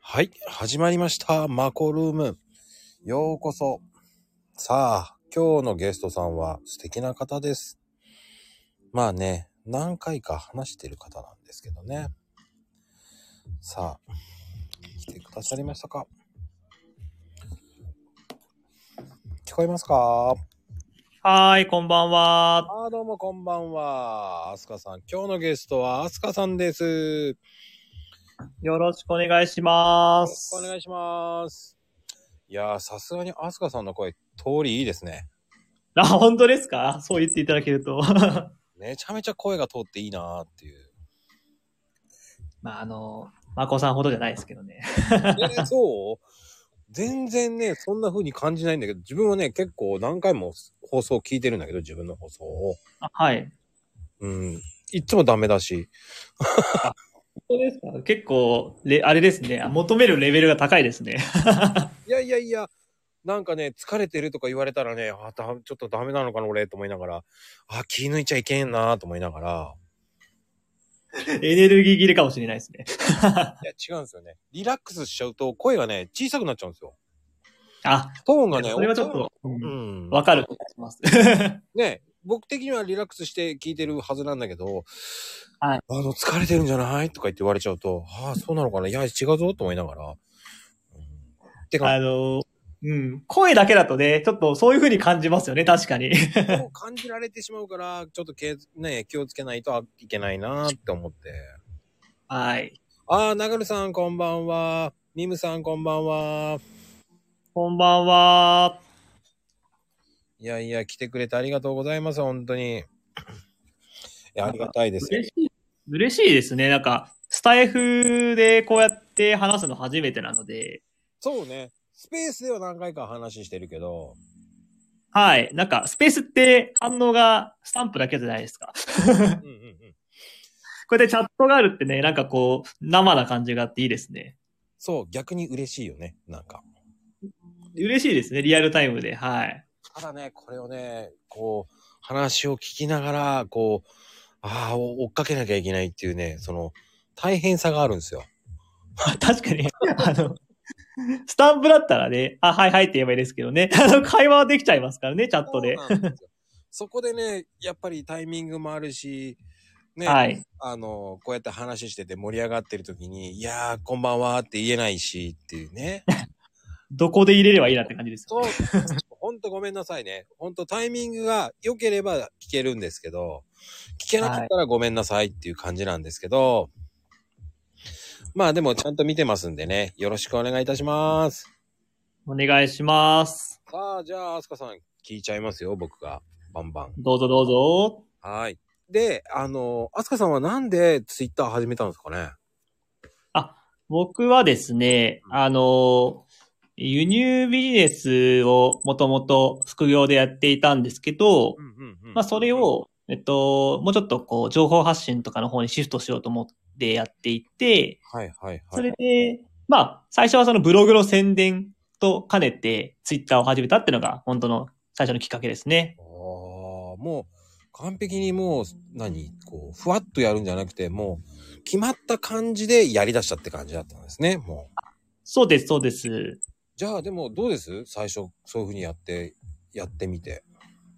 はい、始まりました。マコルーム。ようこそ。さあ、今日のゲストさんは素敵な方です。まあね、何回か話してる方なんですけどね。さあ、来てくださりましたか聞こえますかはーい、こんばんは。あーどうもこんばんは。アスカさん。今日のゲストはアスカさんです。よろしくお願いしまおす。願いします。いやー、さすがにアスカさんの声、通りいいですね。あ、本当ですか そう言っていただけると。めちゃめちゃ声が通っていいなーっていう。まあ、あの、まこさんほどじゃないですけどね。えーそう全然ね、そんな風に感じないんだけど、自分はね、結構何回も放送聞いてるんだけど、自分の放送を。あ はい。うん。いつもダメだし。本当ですか結構、れあれですね。 あ求めるレベルが高いですね。 いやいやいや、なんかね、疲れてるとか言われたらね、あ、だちょっとダメなのかな、俺、と思いながら、あ、気抜いちゃいけんなーと思いながら、エネルギー切れかもしれないですね。いや、違うんですよね。リラックスしちゃうと、声がね、小さくなっちゃうんですよ。あ、トーンがね、それはちょっと、ううんん。わかる気がします。ね、僕的にはリラックスして聞いてるはずなんだけど、はいあの、疲れてるんじゃないとか言って言われちゃうと、ああ、そうなのかないや、違うぞと思いながら。うん、てか、 あの、うん。声だけだとね、ちょっとそういう風に感じますよね、確かに。 もう感じられてしまうから、ちょっとけ、ね、気をつけないといけないなって思って。はい。ああ、流るさんこんばんは。ミムさんこんばんは。こんばんは。いやいや、来てくれてありがとうございます、本当に。いや、ありがたいですよ。嬉しい。嬉しいですね。なんか、スタイフでこうやって話すの初めてなので、そうね。スペースでは何回か話してるけど、はい。なんか、スペースって反応がスタンプだけじゃないですか。うんうんうん。こうやってチャットがあるってね、なんかこう、生な感じがあっていいですね。そう、逆に嬉しいよね、なんか。嬉しいですね、リアルタイムで。はい。 ただね、これをね、こう、話を聞きながら、こう、ああ、追っかけなきゃいけないっていうね、その、大変さがあるんですよ。確かに、あの、スタンプだったらね、あ、はいはいって言えばいいですけどね、あの、会話はできちゃいますからね、チャットで。そうなんですよそこでね、やっぱりタイミングもあるし、ね、はい。あの、こうやって話してて盛り上がってる時に、いやー、こんばんはって言えないしっていうね。どこで入れればいいなって感じです。そう、ほんとごめんなさいね。ほんとタイミングが良ければ聞けるんですけど、聞けなかったらごめんなさいっていう感じなんですけど、まあでもちゃんと見てますんでね、よろしくお願いいたします。お願いします。さあ、じゃあ、アスカさん聞いちゃいますよ、僕が。バンバン。どうぞどうぞ。はい。で、あの、アスカさんはなんでツイッター始めたんですかね僕はですね、あの、輸入ビジネスをもともと副業でやっていたんですけど、んうんうんまあそれ、を、えっと、もうちょっとこう、情報発信とかの方にシフトしようと思ってやっていて、はいはいはい。それで、まあ最初はそのブログの宣伝と兼ねてツイッターを始めたっていうのが本当の最初のきっかけですね。ああ、もう完璧にもう、何こう、ふわっとやるんじゃなくて、もう、決まった感じでやり出したって感じだったんですね、もう。そうです、そうです。じゃあ、でもどうです最初、そういうふうにやって、やってみて。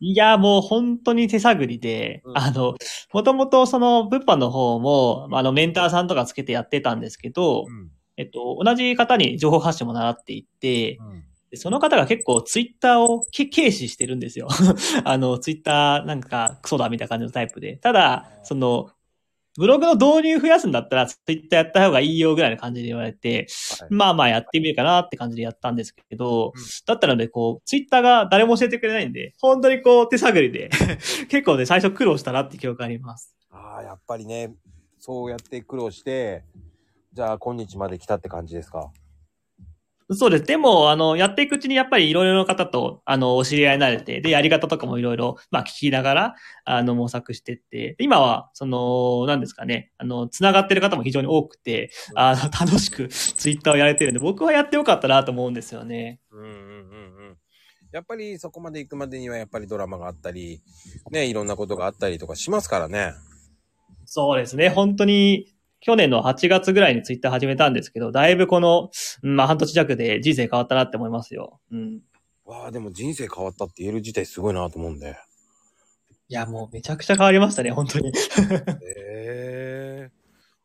いや、もう本当に手探りで、うんあの、もともとその物販の方も、まああの、メンターさんとかつけてやってたんですけど、ん。えっと、同じ方に情報発信も習っていて、うん。でその方が結構ツイッターをけ軽視してるんですよ。 あの、ツイッターなんかクソだみたいな感じのタイプで。ただ、その、ブログの導入増やすんだったらツイッターやった方がいいよぐらいの感じで言われて、はいまあまあやってみるかなって感じでやったんですけど、うんだったのでこう、ツイッターが誰も教えてくれないんで、本当にこう手探 りで、結構ね、最初苦労したなって記憶あります。ああ、やっぱりね、そうやって苦労して、じゃあ、今日まで来たって感じですか。そうです。でも、あの、やっていくうちにやっぱりいろいろな方と、あの、お知り合いになれて、で、やり方とかもいろいろ、まあ、聞きながら、あの、模索してって、で今は、その、何ですかね、あの、つながってる方も非常に多くて、あの、 楽しくツイッターをやれてるんで、僕はやってよかったなと思うんですよね。うんうんうんうん。やっぱりそこまで行くまでにはやっぱりドラマがあったり、ね、いろんなことがあったりとかしますからね。そうですね。本当に、去年の8月ぐらいにツイッター始めたんですけど、だいぶこの、うんまあ半年弱で人生変わったなって思いますよ。うん。わあ、でも人生変わったって言える自体すごいなと思うんで。いや、もうめちゃくちゃ変わりましたね、本 当に。ええ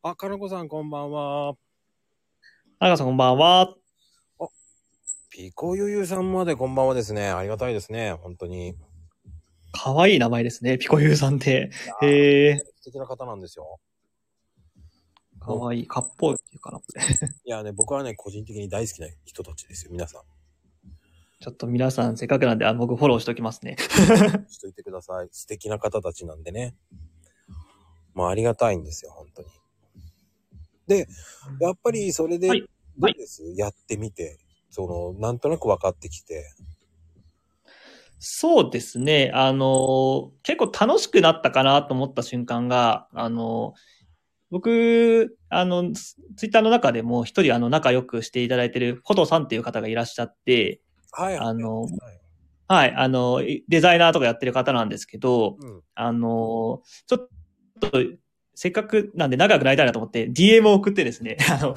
あ、かのこさんこんばんは。赤さんこんばんは。ピコゆゆさんまでこんばんはですね。ありがたいですね。本当に。かわいい名前ですね、ピコユーさんって。え。へえ。素敵な方なんですよ。かわいい。かっぽいっていうかな、これ。いやね、僕はね、個人的に大好きな人たちですよ。皆さん。ちょっと皆さん、せっかくなんで、あ僕フォローしときますね。しといてください。素敵な方たちなんでね。まあ、ありがたいんですよ、本当に。で、やっぱりそれで、はいどうです、やってみて、その、なんとなく分かってきて。そうですね。あの、結構楽しくなったかなと思った瞬間が、あの、僕、あの、ツツイッターの中でも一人あの仲良くしていただいてるコトさんっていう方がいらっしゃって、はい、はい。あのはい、はい、あの、いデザイナーとかやってる方なんですけど、うん。あの、ちょっと、せっかくなんで長くなりたいなと思って DM を送ってですね、 あの、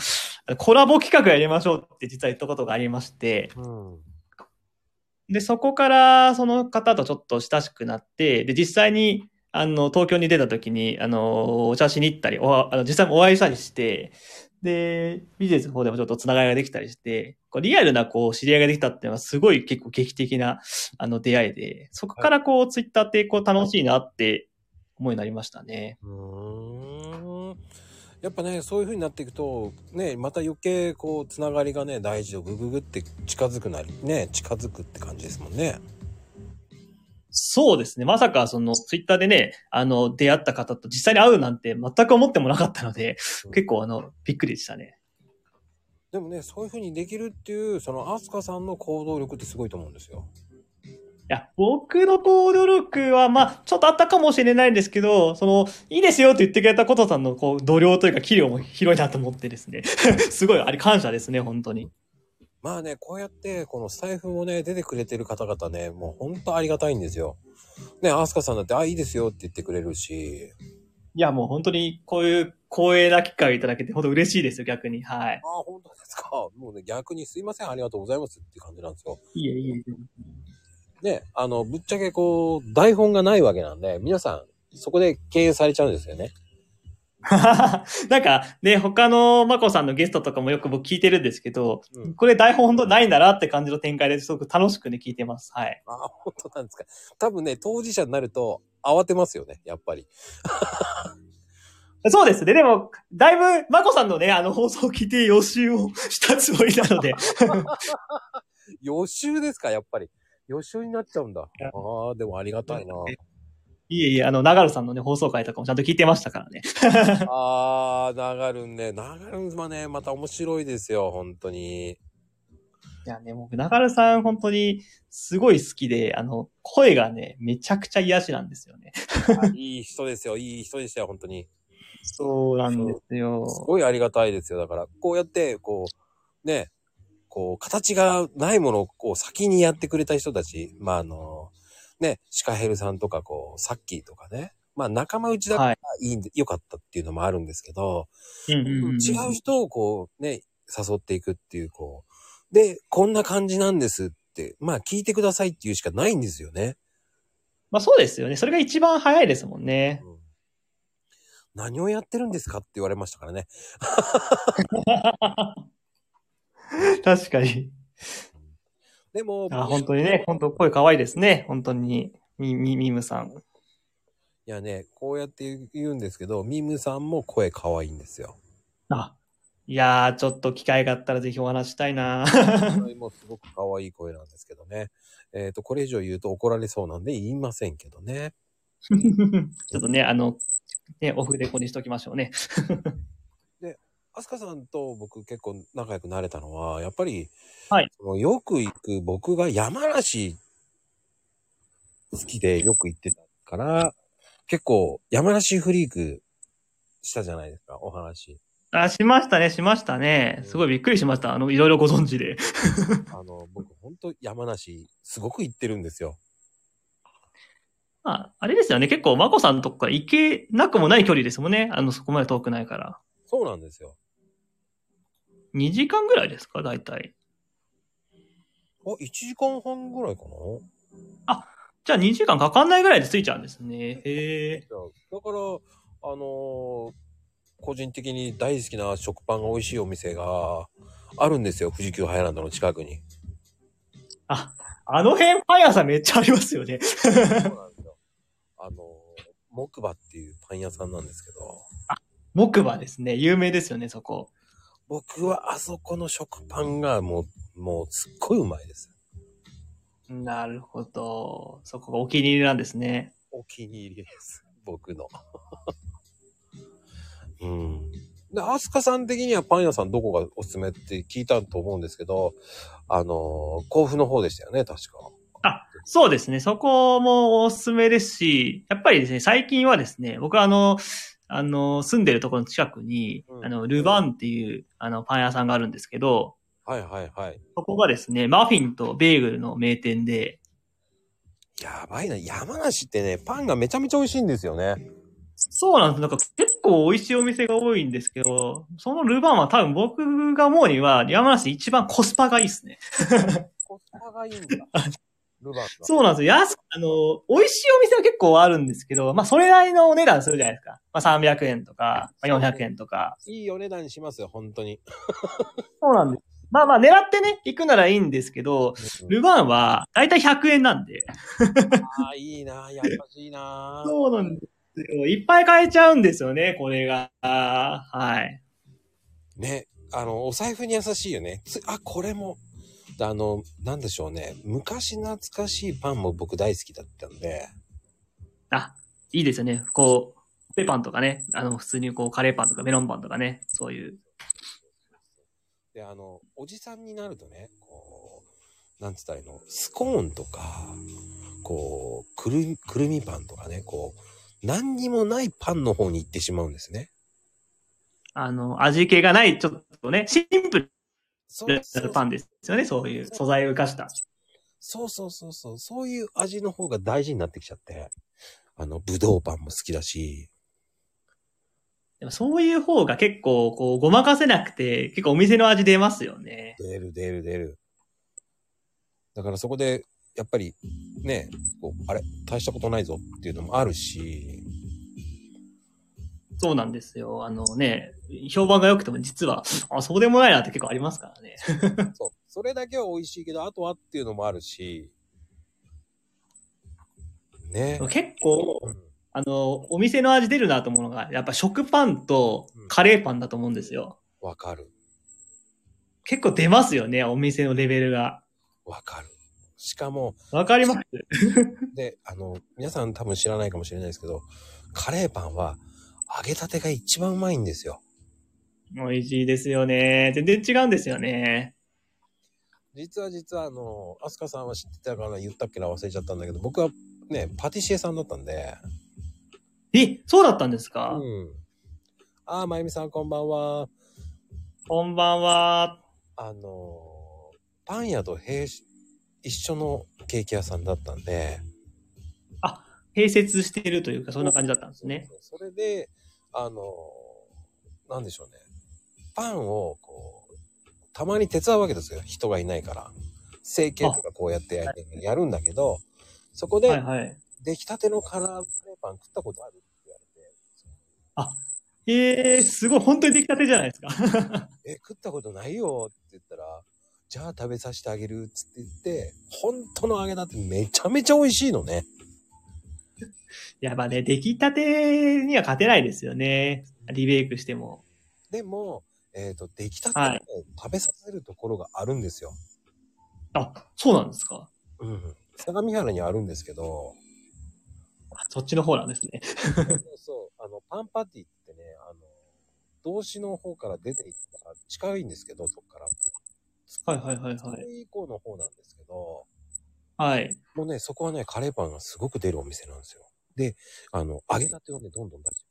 コラボ企画やりましょうって実は言ったことがありまして、うん。で、そこからその方とちょっと親しくなって、で、実際に、あの、東京に出た時に、あの、お茶しに行ったり、おあの実際もお会いしたりして、で、ビジネスの方でもちょっとつながりができたりして、こうリアルなこう知り合いができたっていうのはすごい結構劇的なあの出会いで、そこからこうツイッターってこう楽しいなって思いになりましたね。うーんやっぱねそういう風になっていくとねまた余計こうつながりがね大事をグググって近づくなりね近づくって感じですもんね。そうですね。まさかそのツイッターでね、あの出会った方と実際に会うなんて全く思ってもなかったので、結構あのびっくりでしたね。でもねそういう風にできるっていうそのアスカさんの行動力ってすごいと思うんですよ。いや、僕の行動力は、まあ、ちょっとあったかもしれないんですけど、その、いいですよって言ってくれたことさんの、こう、度量というか、器量も広いなと思って ですね。すごい、あれ、感謝ですね、本当に。まあねこうやってこのスタイフをね出てくれてる方々ねもうほんとありがたいんですよ。ねアスカさんだって「あいいですよ」って言ってくれるしいや、もう本当に、こういう光栄な機会をいただけて、本当嬉しいですよ、逆に。はい「ああ本当ですか」もうね逆に「すいませんありがとうございます」って感じなんですよ。。いいえ、いいえ。ね、あの、ぶっちゃけこう、台本がないわけなんで、皆さん、そこで経営されちゃうんですよね。 なんか、ね、他のまこさんのゲストとかもよく僕聞いてるんですけど、うんこれ台本本当ないんだなって感じの展開ですごく楽しくね、聞いてます。はい。ああ、本当なんですか。多分ね、当事者になると慌てますよね、やっぱり。そうですね。でも、だいぶ、まこさんのね、あの放送を聞いて予習をしたつもりなの で。予習ですか、やっぱり。予習になっちゃうんだ。あやあ、でもありがたいな。いえいえ、あの、長野さんのね、放送回とかもちゃんと聞いてましたからね。ああ、流るんね。流るんはね、また面白いですよ、本当に。いやね、僕、長野さん本当にすごい好きで、あの、声がね、めちゃくちゃ癒しなんですよね。あいい人ですよ、いい人でしたよ、本当に。そうなんですよ。すごいありがたいですよ。だから、こうやって、こう、ね、こう、形がないものをこう先にやってくれた人たち、まあ、あの、ね、シカヘルさんとか、こう、サッキーとかね、まあ、仲間内だからはいいんで、良かったっていうのもあるんですけど、うんうんうん、違う人をこう、ね、誘っていくっていう、こう、で、こんな感じなんですって、まあ、聞いてくださいっていうしかないんですよね。まあそうですよね。それが一番早いですもんね。うん何をやってるんですかって言われましたからね。確かに。でも、あ本当にね、本当声可愛いですね。本当に。み、み、みむさん。いやね、こうやって言うんですけど、ミムさんも声可愛いんです よ。あ、いやー、ちょっと機会があったらぜひお話したい なもうすごく可愛い声なんですけどね。えっ、と、これ以上言うと怒られそうなんで言いませんけどね。ちょっとね、あの、ね、オフレコにしときましょうね。アスカさんと僕結構仲良くなれたのは、やっぱり、はいそのよく行く僕が山梨好きでよく行ってたから、結構山梨フリークしたじゃないですか、お話。あ、しましたね、しましたね。すごいびっくりしました。あの、いろいろご存知で。あの、僕本当山梨すごく行ってるんですよ。まあ、あれですよね。結構、まこさんのとこから行けなくもない距離ですもんね。あの、そこまで遠くないから。そうなんですよ。 2時間ぐらいですか、大体。あ、1時間半ぐらいかなじゃあ2時間かかんないぐらいで着いちゃうんですね。へえ。いやだから、あのー個人的に大好きな食パンが美味しいお店があるんですよ。富士急ハイランドの近く に。あ、あの辺、パン屋さんめっちゃありますよね。 そうなんですよ。あのー木馬っていうパン屋さんなんですけど、木馬ですね。有名ですよね、そこ。僕はあそこの食パンがもう、もうすっごいうまいです。なるほど。そこがお気に入りなんですね。お気に入りです。僕の。 うん。で、アスカさん的にはパン屋さんどこがおすすめって聞いたと思うんですけど、あのー甲府の方でしたよね、確か。そうですね。そこもおすすめですし、やっぱりですね、最近はですね、僕はあの、あの、住んでるところの近くに、うんあの、ルバンっていう、あの、パン屋さんがあるんですけど、はいはいはい。そこがですね、マフィンとベーグルの名店で、やばいな。山梨ってね、パンがめちゃめちゃ美味しいんですよね。そうなんです。なんか結構美味しいお店が多いんですけど、そのルバンは多分僕が思うには、山梨一番コスパがいいですね。コスパがいいんだ。ルバンそうなんですよ。安く、あの、美味しいお店は結構あるんですけど、まあそれなりのお値段するじゃないですか。まあ300円とか、まあ、400円とか。いいお値段にしますよ、本当に。そうなんです。まあまあ、狙ってね、行くならいいんですけど、ルバンは、だいたい100円なんで。ああ、いいな。やっぱしいな。そうなんですよ。いっぱい買えちゃうんですよね、これが。はい。ね。あの、お財布に優しいよね。つあ、これも。あの、なんでしょうね。昔懐かしいパンも僕大好きだったんで。あ、いいですよね。こう、ペパンとかね、あの、普通にこう、カレーパンとかメロンパンとかね、そういう。で、あの、おじさんになるとね、こう、なんつったらいいの、スコーンとか、こう、くる、くるみパンとかね、こう、何にもないパンの方に行ってしまうんですね。あの、味気がない、ちょっとね、シンプそうルそうなパンですよね、そういう素材を生かした。そうそうそうそう、そういう味の方が大事になってきちゃって、あの、ぶどうパンも好きだし、でもそういう方が結構、こう、ごまかせなくて、結構お店の味出ますよね。出る出る出る。だからそこで、やっぱり、ね、こう、あれ、大したことないぞっていうのもあるし、そうなんですよ。あのね、評判が良くても実は、あ、そうでもないなって結構ありますからね。そう。それだけは美味しいけど、あとはっていうのもあるし。ね。結構、うんあの、お店の味出るなと思うのが、やっぱ食パンとカレーパンだと思うんですよ。わかる。結構出ますよね、お店のレベルが。わかる。しかも、わかりますで、あの、皆さん多分知らないかもしれないですけど、カレーパンは揚げたてが一番うまいんですよ。美味しいですよね。全然違うんですよね。実は実は、あの、アスカさんは知ってたかな言ったっけな忘れちゃったんだけど、僕はね、パティシエさんだったんで、え、そうだったんですうか、ん。あー、まゆみさんこんばんは。こんばんは。あのーパン屋と併し一緒のケーキ屋さんだったんで、併設しているというか、そんな感じだったんですね。そうそう。それで、あのーなんでしょうね。パンを、こう、たまに手伝うわけですよ。人がいないから。成形とかこうやってやりやるんだけど、そこはいで、はい。出来たてのカラーカレーパン食ったことあるって言わえー、すごい、本当に出来たてじゃないですか。れて、え、食ったことないよって言ったら、じゃあ食べさせてあげるっつって言って、本当の揚げだってめちゃめちゃ美味しいのね。やばね、出来たてには勝てないですよね。リベイクしても。でも、えっ、と、出来たてはをい食べさせるところがあるんですよ。あ、そうなんですか。うん。相模原にあるんですけど、あそっちの方なんですね。そうそう、あの、パンパティってね、あの、動詞の方から出ていったから近いんですけど、そこから。はいはいはいそはれい。以降の方なんですけど、はい。もうね、そこはね、カレーパンがすごく出るお店なんですよ。で、あの、揚げたてをね、どんどん出して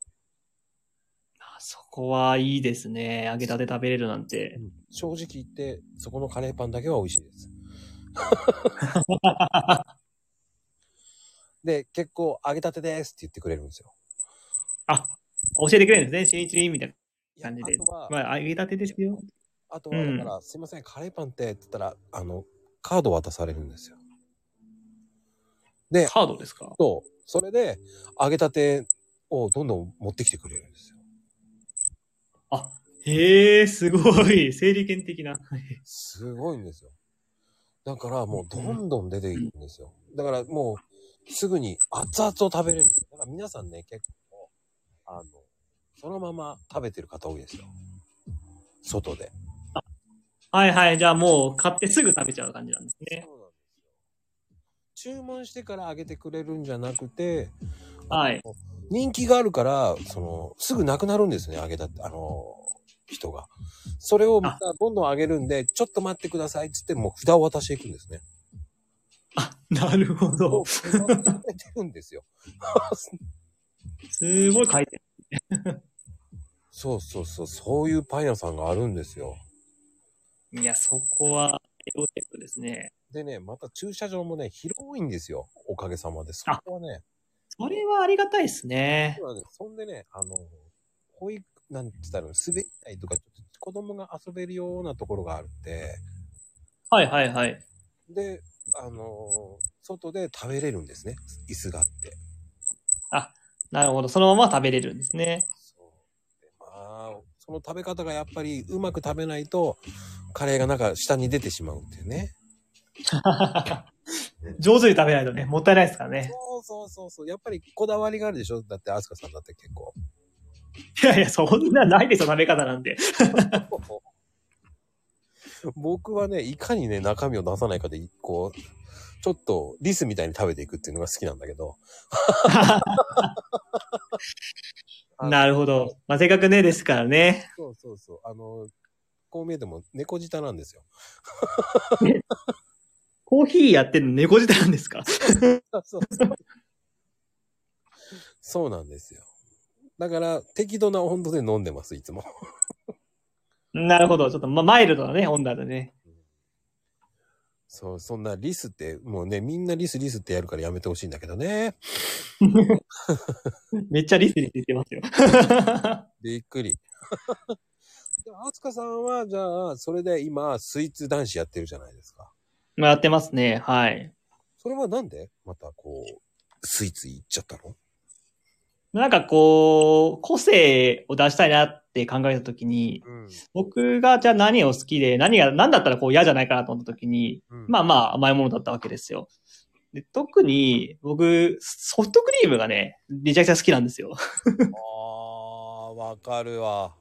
あそこはいいですね。揚げたて食べれるなんて。正直言って、そこのカレーパンだけは美味しいです。で、結構、揚げたてですって言ってくれるんですよ。あ、教えてくれるんですね。新一にみたいないや感じであとは、まあ、揚げたてですよ。あとはだから、すいません、カレーパンってって言ったら、あの、カード渡されるんですよ。で、カードですかそう、それで、揚げたてをどんどん持ってきてくれるんですよ。あ、へえ、すごい。整理券的な。すごいんですよ。だからもうどんどん出ていくんですよ。だからもうすぐに熱々を食べれる。だから皆さんね、結構、あの、そのまま食べてる方多いですよ。外で。はいはい。じゃあもう買ってすぐ食べちゃう感じなんですね。そうなんですよ。注文してから揚げてくれるんじゃなくて、はい。人気があるから、その、すぐなくなるんですね、揚げたって、あの、人が。それをまたどんどん揚げるんで、ちょっと待ってくださいっつって、もう札を渡していくんですね。あ、なるほもどう。札を渡してるんですよ。すごい書いてる。そうそうそう、そういうパン屋さんがあるんですよ。いや、そこは、要チェックですね。でね、また駐車場もね、広いんですよ。おかげさまで。そこはね、それはありがたいですね。そうなんですそんでね、あの、保育、なんて言ったら、滑り台とか、ちょっと子供が遊べるようなところがあるって、はいはいはい。で、あの、外で食べれるんですね。椅子があって。なるほど。そのまま食べれるんで すね。そう。でまあ、その食べ方がやっぱりうまく食べないと、カレーがなんか下に出てしまうっていうね。上手に食べないとね、もったいないですからね。そうそうそうそう。やっぱりこだわりがあるでしょだって、アスカさんだって結構。いやいや、そんなないでしょ、食べ方なんて。僕はね、いかにね、中身を出さないかで、こう、ちょっとリスみたいに食べていくっていうのが好きなんだけ ど、なるほど。まあ、せっかくね、ですからね。そうそうそう、あの、こう見えても猫舌なんですよ。コーヒーやってるの猫舌なんですか そうそう。そうなんですよ。だから、適度な温度で飲んでます、いつも。なるほど。ちょっと、ま、マイルドなね、温度でね。そう、そんなリスって、もうね、みんなリスリスってやるからやめてほしいんだけどね。めっちゃリスリス言ってますよ。びっくり。 であつかさんは、じゃあ、それで今、スイーツ男子やってるじゃないですか。まあ、やってますね。はい。それはなんでまたこう、スイーツ行っちゃったのなんかこう、個性を出したいなって考えたときに、うん。僕がじゃあ何を好きで、何が、何だったらこう嫌じゃないかなと思ったときに、まあまあ。あ甘いものだったわけですよ。で特に僕、ソフトクリームがね、めちゃくちゃ好きなんですよ。 あー、わかるわ。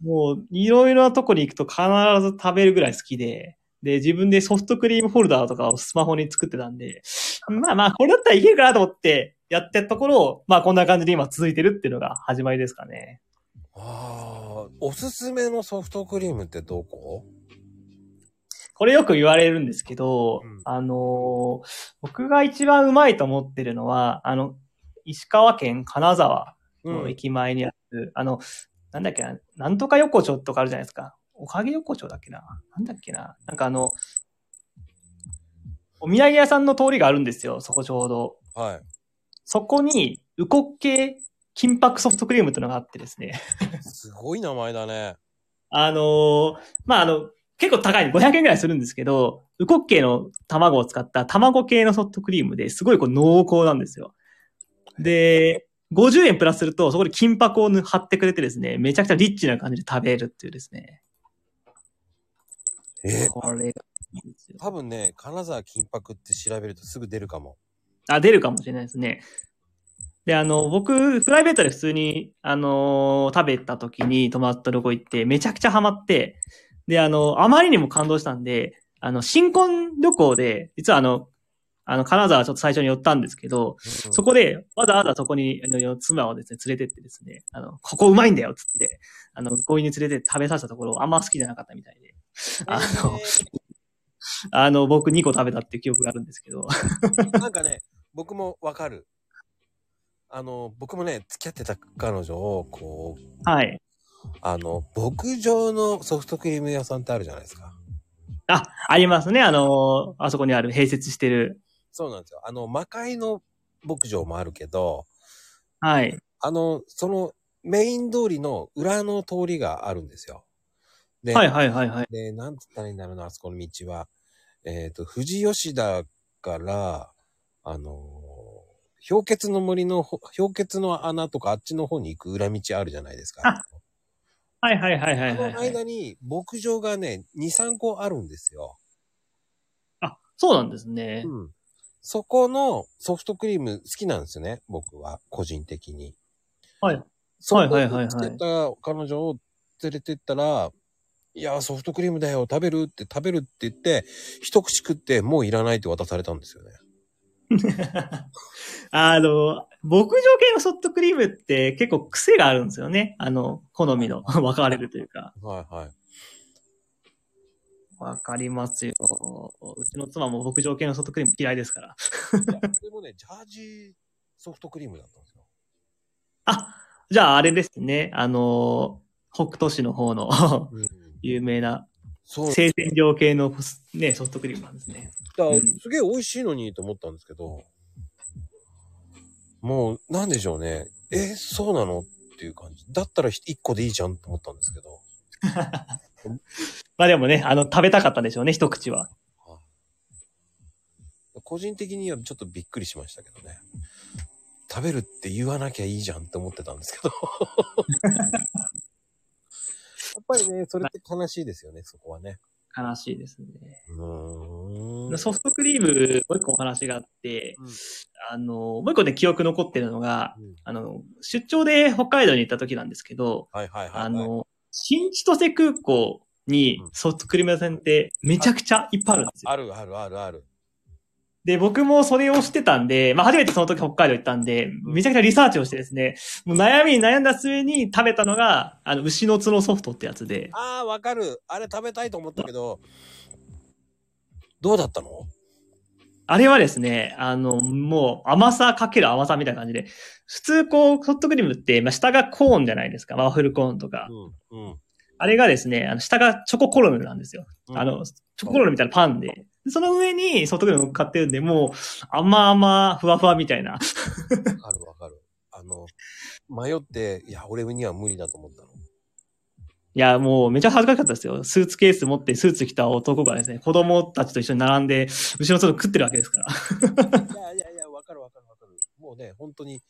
もう、いろいろなとこに行くと必ず食べるぐらい好きで、で、自分でソフトクリームホルダーとかをスマホに作ってたんで、まあまあ、これだったらいけるかなと思ってやってたところを、まあこんな感じで今続いてるっていうのが始まりですかね。あー、おすすめのソフトクリームってどここれよく言われるんですけど、うんあのー僕が一番うまいと思ってるのは、あの、石川県金沢の駅前にある、あの、なんだっけな、なんとか横丁とかあるじゃないですか。おかげ横丁だっけななんだっけななんかあの、お土産屋さんの通りがあるんですよ、そこちょうど。はい。そこに、うこっけ金箔ソフトクリームっていうのがあってですね。すごい名前だね。あのーまあ、あの、結構高い、500円ぐらいするんですけど、ウコッケイの卵を使った卵系のソフトクリームですごいこう濃厚なんですよ。で、50円プラスすると、そこで金箔を貼ってくれてですね、めちゃくちゃリッチな感じで食べるっていうですね。えこれがいいんですよ多分ね、金沢金箔って調べるとすぐ出るかも。あ、出るかもしれないですね。で、あの、僕、プライベートで普通に、あのー食べた時に泊まった旅行行って、めちゃくちゃハマって、で、あの、あまりにも感動したんで、あの、新婚旅行で、実はあの、あの、金沢ちょっと最初に寄ったんですけど、そこで、わざわざそこに、あの、妻をですね、連れてってですね、あの、ここうまいんだよ、つって、あの、強引に連れて食べさせたところ、あんま好きじゃなかったみたいで、あの、あの、僕2個食べたっていう記憶があるんですけど、なんかね、僕もわかる。あの、僕もね、付き合ってた彼女を、こう、はい。あの、牧場のソフトクリーム屋さんってあるじゃないですか。あ、ありますね。あのーあそこにある、併設してる。そうなんですよ。あの、魔界の牧場もあるけど、はい。あの、そのメイン通りの裏の通りがあるんですよ。で、はいはいはいはい。で、なんつったらいいんだろうな、あそこの道は。えっ、と、富士吉田から、あのー氷結の森のほ、氷結の穴とかあっちの方に行く裏道あるじゃないですかあ。はいはいはいはいそはいのはい。間に牧場がね、2、3個あるんですよ。あ、そうなんですね。うん。そこのソフトクリーム好きなんですよね、僕は、個人的に。はい。そはういはいはいはい連れてった彼女を連れてったら、いや、ソフトクリームだよ、食べるって食べるって言って、一口食って、もういらないって渡されたんですよね。 あの、牧場系のソフトクリームって結構癖があるんですよね。あの、好みの 分かれるというか。はいはい。わかりますよ。うちの妻も牧場系のソフトクリーム嫌いですから。でもね、ジャージソフトクリームだったんですよ。あ、じゃああれですね。あの、北斗市の方の うん、有名なそう。生鮮量系のね、ソフトクリームなんですね。だからうんすげえ美味しいのにと思ったんですけど、もう、なんでしょうね。え、そうなのっていう感じ。だったら一個でいいじゃんと思ったんですけど。まあでもね、あの、食べたかったんでしょうね、一口は。個人的にはちょっとびっくりしましたけどね。食べるって言わなきゃいいじゃんって思ってたんです けど。やっぱりね、それって悲しいですよね、そこはね。悲しいですね。うーん。ソフトクリーム、もう一個お話があって、うんあの、もう一個ね、記憶残ってるのが、うんあの、出張で北海道に行った時なんですけど、はいはいはい、はい。あの、新千歳空港にうんソフトクリーム屋さんってめちゃくちゃいっぱいあるんですよ。あるあるあるある。で、僕もそれをしてたんで、まあ初めてその時北海道行ったんで、めちゃくちゃリサーチをしてですね、もう悩みに悩んだ末に食べたのが、あの、牛の角ソフトってやつで、ああ、わかる。あれ食べたいと思ったけど、どうだったのあれはですね、あの、もう甘さかける甘さみたいな感じで、普通こう、ソフトクリームって、まあ、下がコーンじゃないですか。ワッフルコーンとか。うん。うん。あれがですね、あの下がチョココロネなんですよ。うんあ、の、チョココロネみたいなパンで。でその上にソフトクリーム乗っかってるんで、もう、甘々、ふわふわみたいな。わかるわかる。あの、迷って、いや、俺には無理だと思ったの。いや、もうめちゃ恥ずかしかったですよ。スーツケース持ってスーツ着た男がですね、子供たちと一緒に並んで、後ろの外食ってるわけですから。いやいやいや、わかるわかるわかる。もうね、本当に、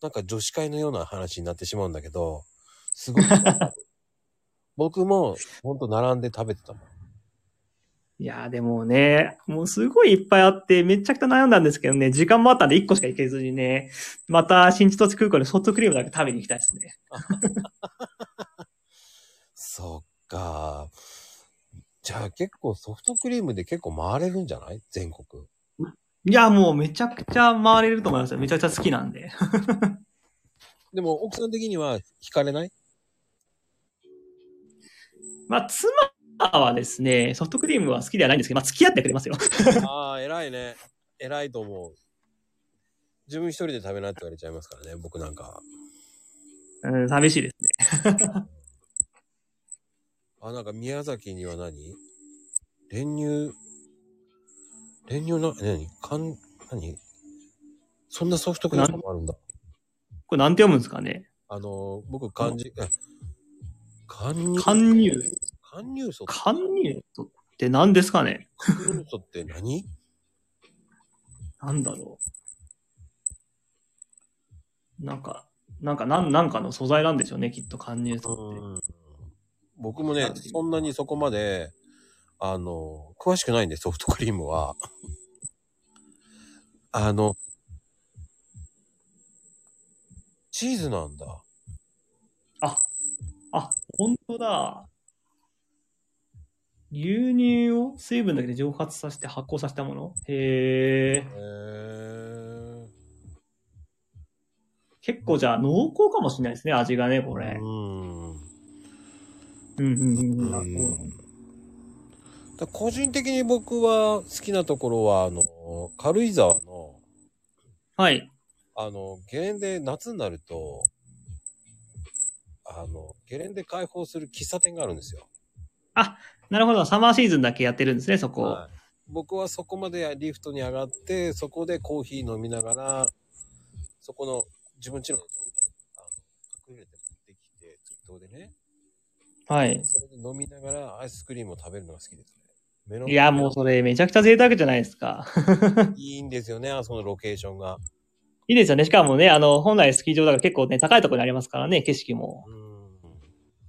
なんか女子会のような話になってしまうんだけど、すごい。僕も、本当並んで食べてたもん。いやーでもね、もうすごいいっぱいあって、めちゃくちゃ悩んだんですけどね、時間もあったんで1個しか行けずにね、また新千歳空港でソフトクリームだけ食べに行きたいですね。そっか。じゃあ結構ソフトクリームで結構回れるんじゃない全国。いや、もうめちゃくちゃ回れると思いますよ。めちゃくちゃ好きなんで。でも奥さん的には惹かれないまあ、妻はですね、ソフトクリームは好きではないんですけど、まあ、付き合ってくれますよ。ああ、偉いね。偉いと思う。自分一人で食べなって言われちゃいますからね、僕なんか。うん、寂しいですね。あ、なんか宮崎には何練乳、練乳な、何かん、何そんなソフトクリームもあるんだ。これなんて読むんですかね。あのー、僕漢字、え、貫入、貫入。貫入素、貫入とって何ですかね。貫入素って何なんだろう。なんか、なんか、なんなんかの素材なんでしょうね、きっと貫入とって。僕もね、そんなにそこまで、あの、詳しくないんで、ソフトクリームは。あの、チーズなんだ。あ、あ、本当だ。牛乳を水分だけで蒸発させて発酵させたものへえ。へー結構じゃあ濃厚かもしれないですね、味がね、これ。うん。うんうんうんううんん。だ個人的に僕は好きなところは、あの、軽井沢の、はい。あの、ゲレンデ、夏になると、あの、ゲレンデ開放する喫茶店があるんですよ。なるほど。サマーシーズンだけやってるんですね、そこ。はい僕はそこまでリフトに上がって、そこでコーヒー飲みながら、そこの自分ちの、あの隠れても東でね、はい。それで飲みながらアイスクリームを食べるのが好きですね。目のいや、もうそれめちゃくちゃ贅沢じゃないですか。 いいんですよね、あそこのロケーションが。いいですよね。しかもね、あの、本来スキー場だから結構ね、高いところにありますからね、景色も。うん。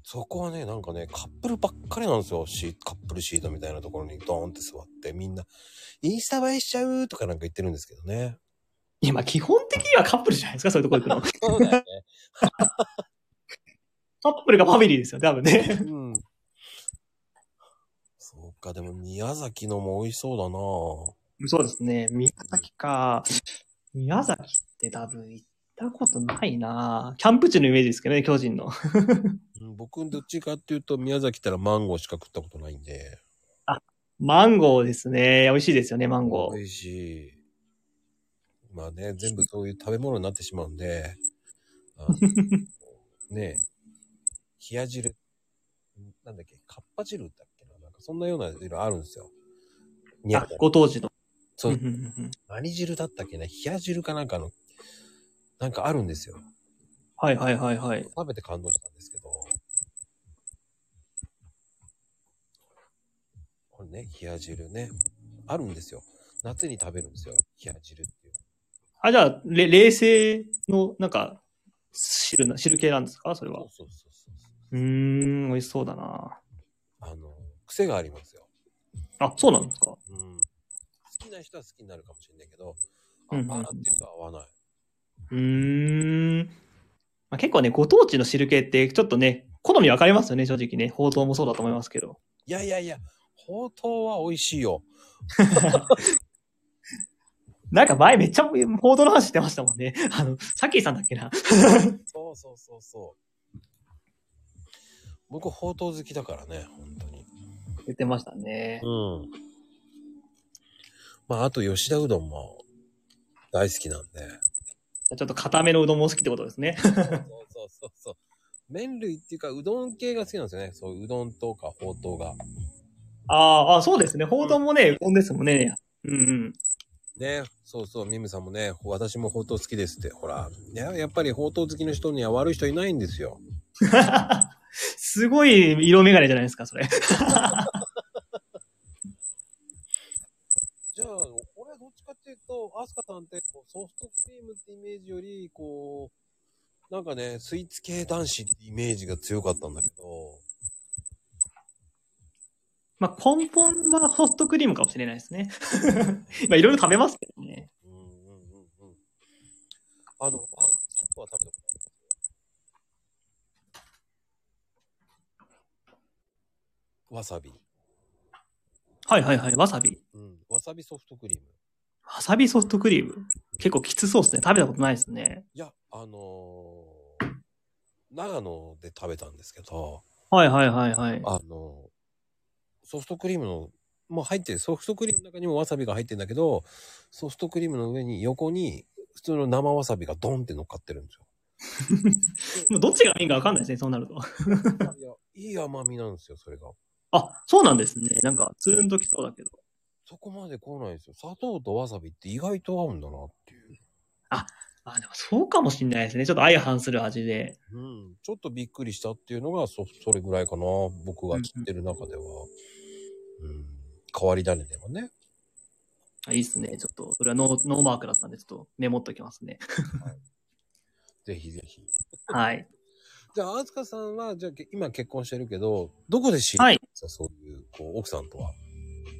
そこはね、なんかね、カップルばっかりなんですよ。シーカップルシートみたいなところにドーンって座って、みんな、インスタ映えしちゃうとかなんか言ってるんですけどね。いや、まあ基本的にはカップルじゃないですか、そういうとこ行く その。うだよね。カップルがファミリーですよ、多分ね。うん。そうか、でも宮崎のも美味しそそうですね。宮崎か。宮崎って多分行ったことないなキャンプ地のイメージですけどね、巨人の。うだなうん僕、どっちかっていうと、宮崎ったらマンゴーしか食ったことないんで。マンゴーですね。美味しいですよね、マンゴー。美味しい。まあね、全部そういう食べ物になってしまうんで、あ のねえ、冷や汁、なんだっけ、かっぱ汁だっけな、なんかそんなような汁あるんですよ。にゃあ、ご当地の。そううんうんうんうん何汁だったっけな、冷や汁かなんかの、なんかあるんですよ。はいはいはいはい。食べて感動したんですけど。これね、冷や汁ね。あるんですよ。夏に食べるんですよ。冷や汁っていう。あ、じゃあ、れ冷製の、なんか、汁な、汁系なんですかそれそはう。そうそうそう。うーん、美味しそうだなあの、癖がありますよ。あ、そうなんですかうん。好きな人は好きになるかもしれないけど、う合んうんうんわなっていう人は合わない。うーん。まあ、結構ね、ご当地の汁系って、ちょっとね、好み分かれますよね、正直ね。ほうとうもそうだと思いますけど。いやいやいや、ほうとうは美味しいよ。なんか前めっちゃ報道の話してましたもんね。 あの、サッキーさんだっけな。そうそうそうそう。僕、ほうとう好きだからね、本当に。言ってましたね。うん。まあ、あと吉田うどんも大好きなんで。じゃあちょっと固めのうどんも好きってことですね。そうそうそうそう。麺類っていうか、うどん系が好きなんですよね。そう、うどんとかほうとうが。あーあ、そうですね。報道もね、うどんですもんね。うんうん。 ね、そうそう、ミムさんもね、私もほうとう好きですって。ほら、ね、やっぱりほうとう好きの人には悪い人いないんですよ。すごい色眼鏡じゃないですか、それ。じゃあ、俺はどっちかっていうと、アスカさんってこうソフトクリームってイメージより、こう、なんかね、スイーツ系男子ってイメージが強かったんだけど、まあ、根本はソフトクリームかもしれないですね。 まあ、いろいろ食べますけどね。うんうんうんうん。あの、ワンカップは食べたことない。わさび。はいはいはい。わさび。うん。わさびソフトクリーム。わさびソフトクリーム。結構きつそうですね。食べたことないですね。いや、あのー長野で食べたんですけど、はいはいはいはい。あのーソフトクリームの、もう入ってる、ソフトクリームの中にもわさびが入ってるんだけど、ソフトクリームの上に横に普通の生わさびがドンって乗っかってるんですよ。もうどっちがいいかわかんないですね、そうなると。いや、いい甘みなんですよ、それが。あ、そうなんですね。なんか、ツーンときそうだけど。そこまで来ないですよ。砂糖とわさびって意外と合うんだなっていう。あ、でもそうかもしんないですね。ちょっと相反する味で。うん。ちょっとびっくりしたっていうのが、そ、それぐらいかな。僕が知ってる中では。うん。変わり種でもね。あいいっすね。ちょっと、それはノーノーマークだったんで、ちょっとメモっと きますね。ぜひぜひ。はい。じゃあ、あつかさんは、じゃあ、け今結婚してるけど、どこで知りは合っいたんですか、そういう、こう、奥さんとは。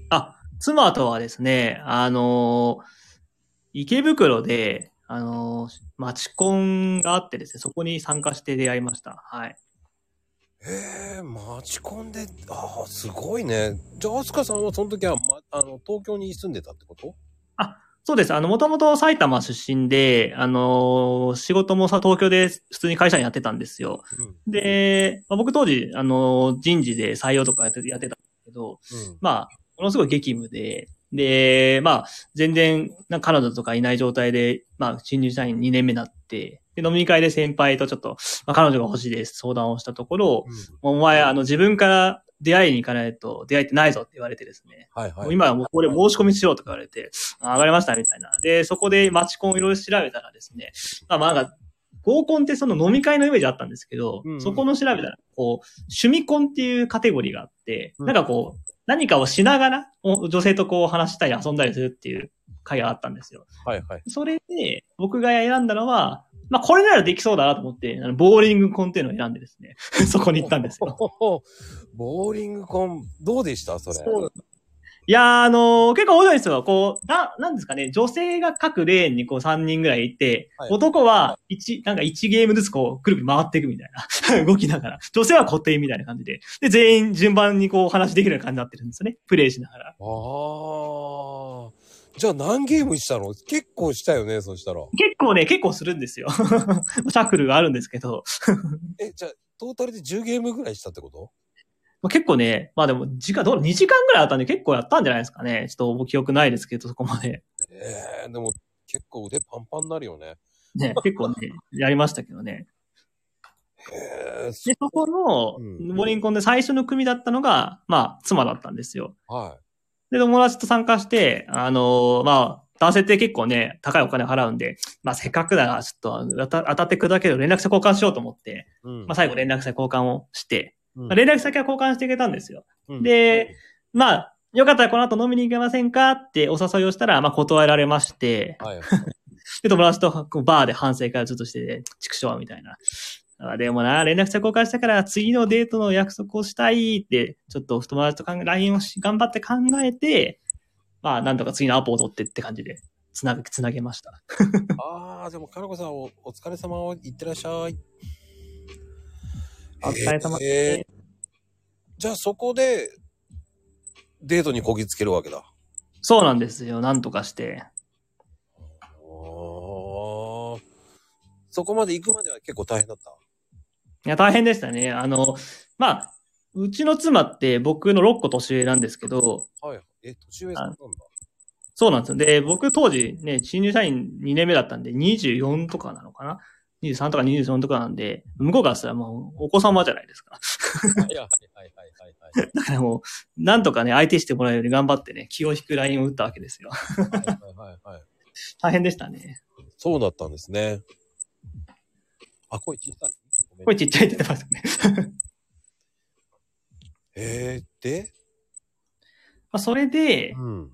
あ、妻とはですね、あのー池袋で、あのー街コンがあってですね、そこに参加して出会いました。はい。へえ、待ち込んで、ああ、すごいね。じゃあ、あつかさんはその時は、ま、あの、東京に住んでたってことそうです。あの、もともと埼玉出身で、あのー仕事もさ、東京で普通に会社にやってたんですよ。うん。で、まあ、僕当時、あのー人事で採用とかやってやってたんですけど、うん。まあ、ものすごい激務で、で、まあ、全然、なんか彼女とかいない状態で、まあ、新入社員2年目になって、で、飲み会で先輩とちょっと、まあ、彼女が欲しいです、相談をしたところ、うんお前、あの、自分から出会いに行かないと出会いってないぞって言われてですね、はいもはうい。今はもうこれ申し込みしようとか言われて、あ上がりましたみたいな。で、そこでマチコンをいろいろ調べたらですね、まあまあなんか、合コンってその飲み会のイメージあったんですけど、うんうんそこの調べたら、こう、趣味コンっていうカテゴリーがあって、うんなんかこう、何かをしながら、お女性とこう話したり遊んだりするっていう会があったんですよ。はいはい。それで、僕が選んだのは、まあこれならできそうだなと思って、あのボーリングコンっていうのを選んでですね、 そこに行ったんですよ。 ボーリングコン、どうでしたそれ。そういやー、あのー結構面白いんですよ。こう、な、なんですかね、女性が各レーンにこう3人ぐらいいて、はい男は1、なんか1ゲームずつこう、くるくる回っていくみたいな、 動きながら。女性は固定みたいな感じで。で、全員順番にこう、お話できるような感じになってるんですよね。プレイしながら。ああ。じゃあ何ゲームしたの結構したよね、そしたら。結構ね、結構するんですよ。シ ャックルがあるんですけど。え、じゃあ、トータルで10ゲームぐらいしたってことまあ結構ね、まあでも、時間、どう、2時間ぐらいあったんで結構やったんじゃないですかね。ちょっと記憶ないですけど、そこまで。ええでも結構腕パンパンになるよね。ね、結構ね、やりましたけどね。へえ、で、そこうんの、ボリンコンで最初の組だったのが、まあ、妻だったんですよ。はで、友達と参加して、あのーまあ、男性って結構ね、高いお金払うんで、まあ、せっかくなら、ちょっとあの当た当たってくだけど連絡先交換しようと思って、い。うんまあ、最後連絡先交換をして、うんまあ連絡先は交換していけたんですよ。うんで、まあ、よかったらこの後飲みに行けませんかってお誘いをしたら、まあ、断られまして、はい。で、友達とこうバーで反省会をずっとしてて、畜生みたいな。あでもな、連絡先交換したから次のデートの約束をしたいって、ちょっと友達と考え LINE をし頑張って考えて、まあ、なんとか次のアポを取ってって感じで、つなぐ、つなげました。ああ、でも、かなこさんお、お疲れ様をいってらっしゃい。お疲れ様えーじゃあ、そこで、デートにこぎつけるわけだ。そうなんですよ、なんとかして。おーそこまで行くまでは結構大変だった。いや、大変でしたね。あの、まあ、うちの妻って僕の6個年上なんですけど、はい。え、年上さんなんだ。そうなんですよ。で、僕当時ね、新入社員2年目だったんで、24とかなのかな ?23 とか24とかなんで、向こうからしたらもうお子様じゃないですか。 はいはいはいはいはいだからもう、なんとかね、相手してもらうように頑張ってね、気を引くラインを打ったわけですよ。 はいはいはいはい。大変でしたね。そうだったんですね。あ、声小さい。ごめん声ちっちゃいって言ってましたね。 えー、で、まあそれで、うん。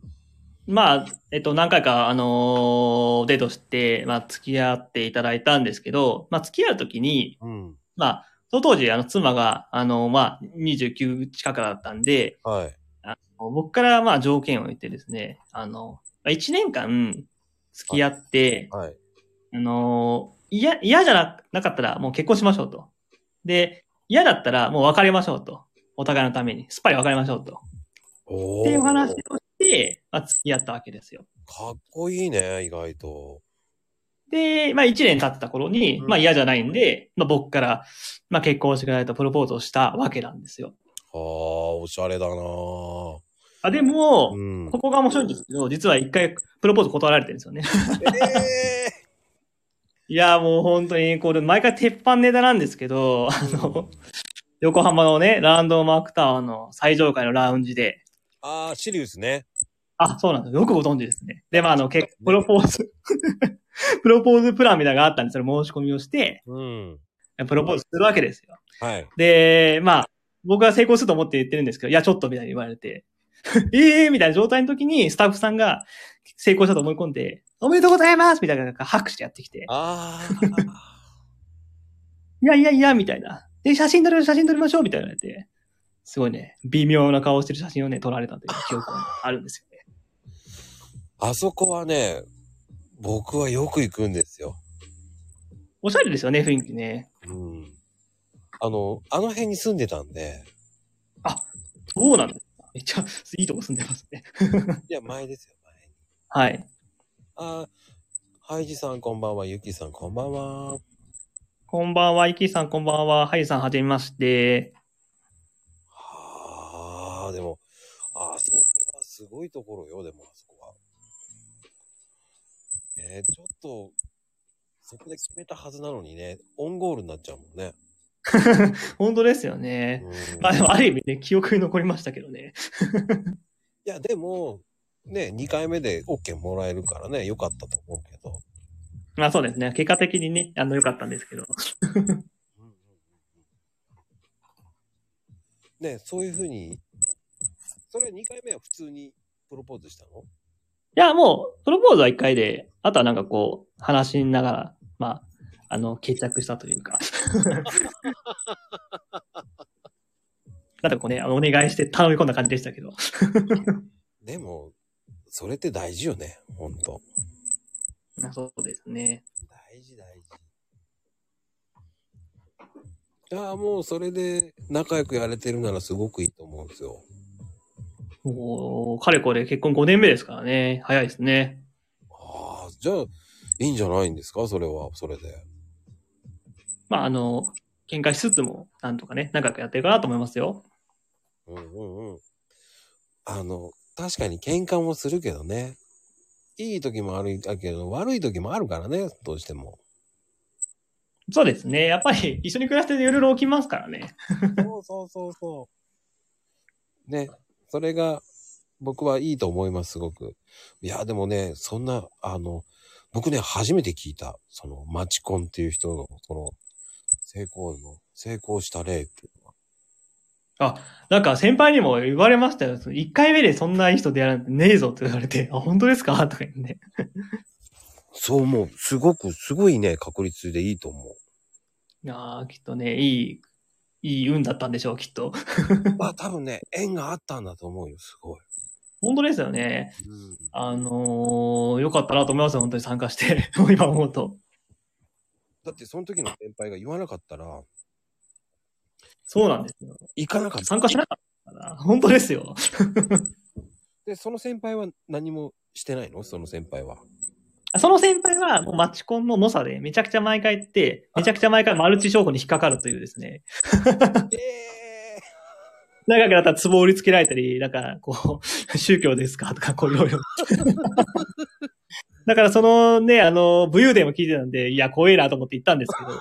まあ、えっと、何回か、あのーデートして、まあ、付き合っていただいたんですけど、まあ、付き合うときに、うん。まあ、その当時、あの、妻が、あの、まあ、29近くだったんで、はい。僕からまあ条件を言ってですね、あの、まあ一年間付き合って、はい。あの、嫌、嫌じゃななかったらもう結婚しましょうと。で、嫌だったらもう別れましょうと。お互いのために。すっぱり別れましょうと。おーっていう話をして、まあ付き合ったわけですよ。かっこいいね、意外と。で、まあ一年経った頃に、うんまあ嫌じゃないんで、まあ僕から、まあ結婚してくれないとプロポーズをしたわけなんですよ。ああ、おしゃれだなぁあ、でも、うん。ここが面白いんですけど、実は一回プロポーズ断られてるんですよね。えいや、もう本当に、これ、毎回鉄板ネタなんですけど、あの、横浜のね、ランドマークタワーの最上階のラウンジで、ああ、シリウスね。あ、そうなんですよ。よくご存知ですね。で、まあ、あの、結プロポーズ、 プロポーズプランみたいなのがあったんで、それ申し込みをして、うん。プロポーズするわけですよ。はい。で、まあ、僕は成功すると思って言ってるんですけど、いや、ちょっとみたいに言われて、 ええー、みたいな状態の時に、スタッフさんが成功したと思い込んで、おめでとうございますみたいな、なんか拍手でやってきて、あいやいやいや、みたいな。で、写真撮る、写真撮りましょう、みたいなのやって。すごいね、微妙な顔をしてる写真をね、撮られたという記憶があるんですよね。あ。あそこはね、僕はよく行くんですよ。おしゃれですよね、雰囲気ね。うん。あの、あの辺に住んでたんで、そうなんですか。めっちゃ、いいとこ住んでますね。いや、前ですよ、前。はい。ああ、ハイジさんこんばんは、ユキさんこんばんは。こんばんは、イキーさん、こんばんは。ハイさん、はじめまして。はあ、でも、ああ、そこはすごいところよ、でも、あそこは。えー、ちょっと、そこで決めたはずなのにね、オンゴールになっちゃうもんね。本当ですよね。うんまあ、でもある意味ね、記憶に残りましたけどね。いや、でも、ね、2回目で OK もらえるからね、よかったと思うけど。まあそうですね。結果的にね、あの、良かったんですけど。ね、そういうふうに、それ2回目は普通にプロポーズしたのいや、もう、プロポーズは一回で、あとはなんかこう、話しながら、まあ、あの、決着したというか。なんかこうね、あのお願いして頼み込んだ感じでしたけど。でも、それって大事よね、ほんと。まあそうですね。大事大事。ああ、もうそれで仲良くやれてるならすごくいいと思うんですよ。もう、かれこれ結婚5年目ですからね。早いですね。ああ、じゃあ、いいんじゃないんですかそれは、それで。まあ、あの、喧嘩しつつも、なんとかね、仲良くやってるかなと思いますよ。うんうんうん。あの、確かに喧嘩もするけどね。いい時も悪いだけど、悪い時もあるからね、どうしても。そうですね。やっぱり、一緒に暮らしてていろいろ起きますからね。そうそうそうそう。ね、それが僕はいいと思います、すごく。いや、でもね、そんな、あの、僕ね、初めて聞いた、その、マチコンっていう人の、その、成功の、成功した例っていうのは。なんか先輩にも言われましたよ。その一回目でそんないい人出会うなんてねえぞって言われて、あ、本当ですかとか言って。そう思う。すごく、すごいね、確率でいいと思う。ああ、きっとね、いい、いい運だったんでしょう、きっと。 まあ多分ね、縁があったんだと思うよ、すごい。本当ですよね。うんあのー、よかったなと思いますよ、本当に参加して。 もう今思うと。だってその時の先輩が言わなかったら、そうなんですよ。行かなかった。参加しなかったから。本当ですよ。で、その先輩は何もしてないのその先輩は。その先輩は、もうマチコンの猛者で、めちゃくちゃ毎回行って、めちゃくちゃ毎回マルチ商法に引っかかるというですね。ええ長くなったら壺を売りつけられたり、なんか、こう、 宗教ですかとか、こう、いろいろ。 だから、そのね、あの、武勇伝も聞いてたんで、いや、怖えなと思って行ったんですけど。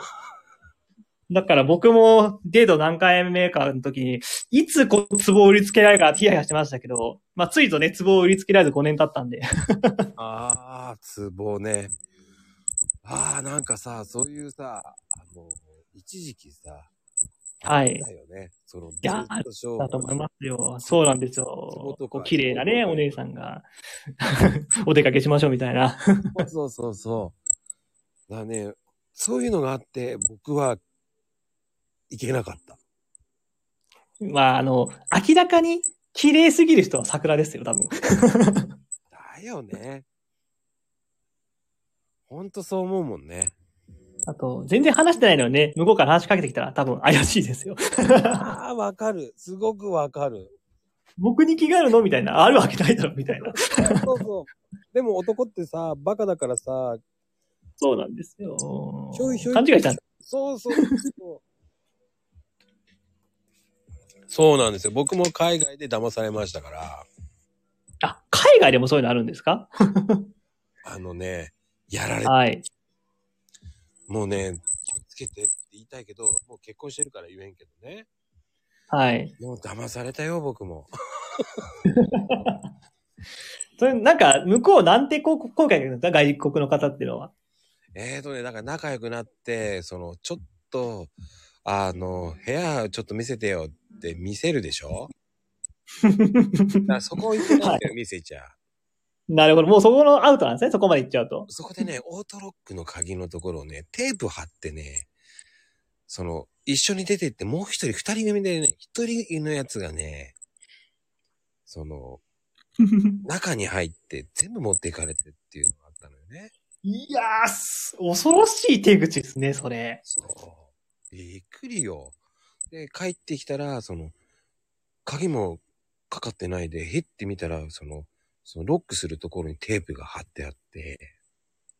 だから僕もデート何回目かの時に、いつこう、壺を売りつけられるかヒヤヒヤしてましたけど、まあ、ついとね、壺を売りつけられて5年経ったんで。ああ、ツボね。ああ、なんかさ、そういうさ、あの、一時期さ、はいだよね。その、やデート商法だと思いますよ。そうなんですよ。こう綺麗なね、お姉さんが、 お出かけしましょうみたいな。そうそうそう。だからね、そういうのがあって、僕は、行けなかった。まあ、あの、明らかに綺麗すぎる人は桜ですよ、多分。だよね。ほんとそう思うもんね。あと、全然話してないのにね、向こうから話しかけてきたら多分怪しいですよ。 ああ、わかる。すごくわかる。僕に気があるのみたいな。あるわけないだろ、みたいな。そうそう。でも男ってさ、バカだからさ、 そうなんですよ。ひょいひょい勘違いしたんだそうそうそう。そうなんですよ。僕も海外で騙されましたから、あ、海外でもそういうのあるんですかあのね、やられ、はい。もうね、気をつけてって言いたいけど、もう結婚してるから言えんけどね。はい。もう騙されたよ、僕も。それ、なんか、向こうなんてこう後悔なんですか外国の方っていうのは。 えーとね、なんか仲良くなって、その、ちょっと、あの、部屋ちょっと見せてよって見せるでしょだからそこ行ってないんだよ、見せちゃう。なるほど。もうそこのアウトなんですね。そこまで行っちゃう と。そこでね、オートロックの鍵のところをね、テープ貼ってね、その、一緒に出てって、もう一人、二人組でね、一人のやつがね、その、中に入って全部持っていかれてっていうのがあったのよね。いやーす、恐ろしい手口ですね、それ。そう。びっくりよ。で、帰ってきたら、その、鍵もかかってないで、へって見たら、その、そのロックするところにテープが貼ってあって、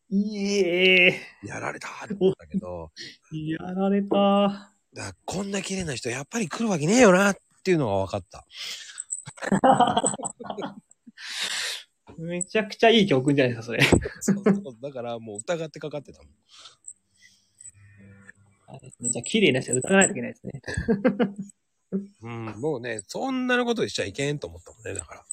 いえやられたって思ったけど、ー、やられた。だからこんな綺麗な人やっぱり来るわけねえよなっていうのが分かった。めちゃくちゃいい教訓じゃないですか、それ。 そうそうだからもう疑ってかかってたもん。じゃあ、綺麗な人は疑わないといけないですね。うん、もうね、そんなことしちゃいけんと思ったもんね、だから。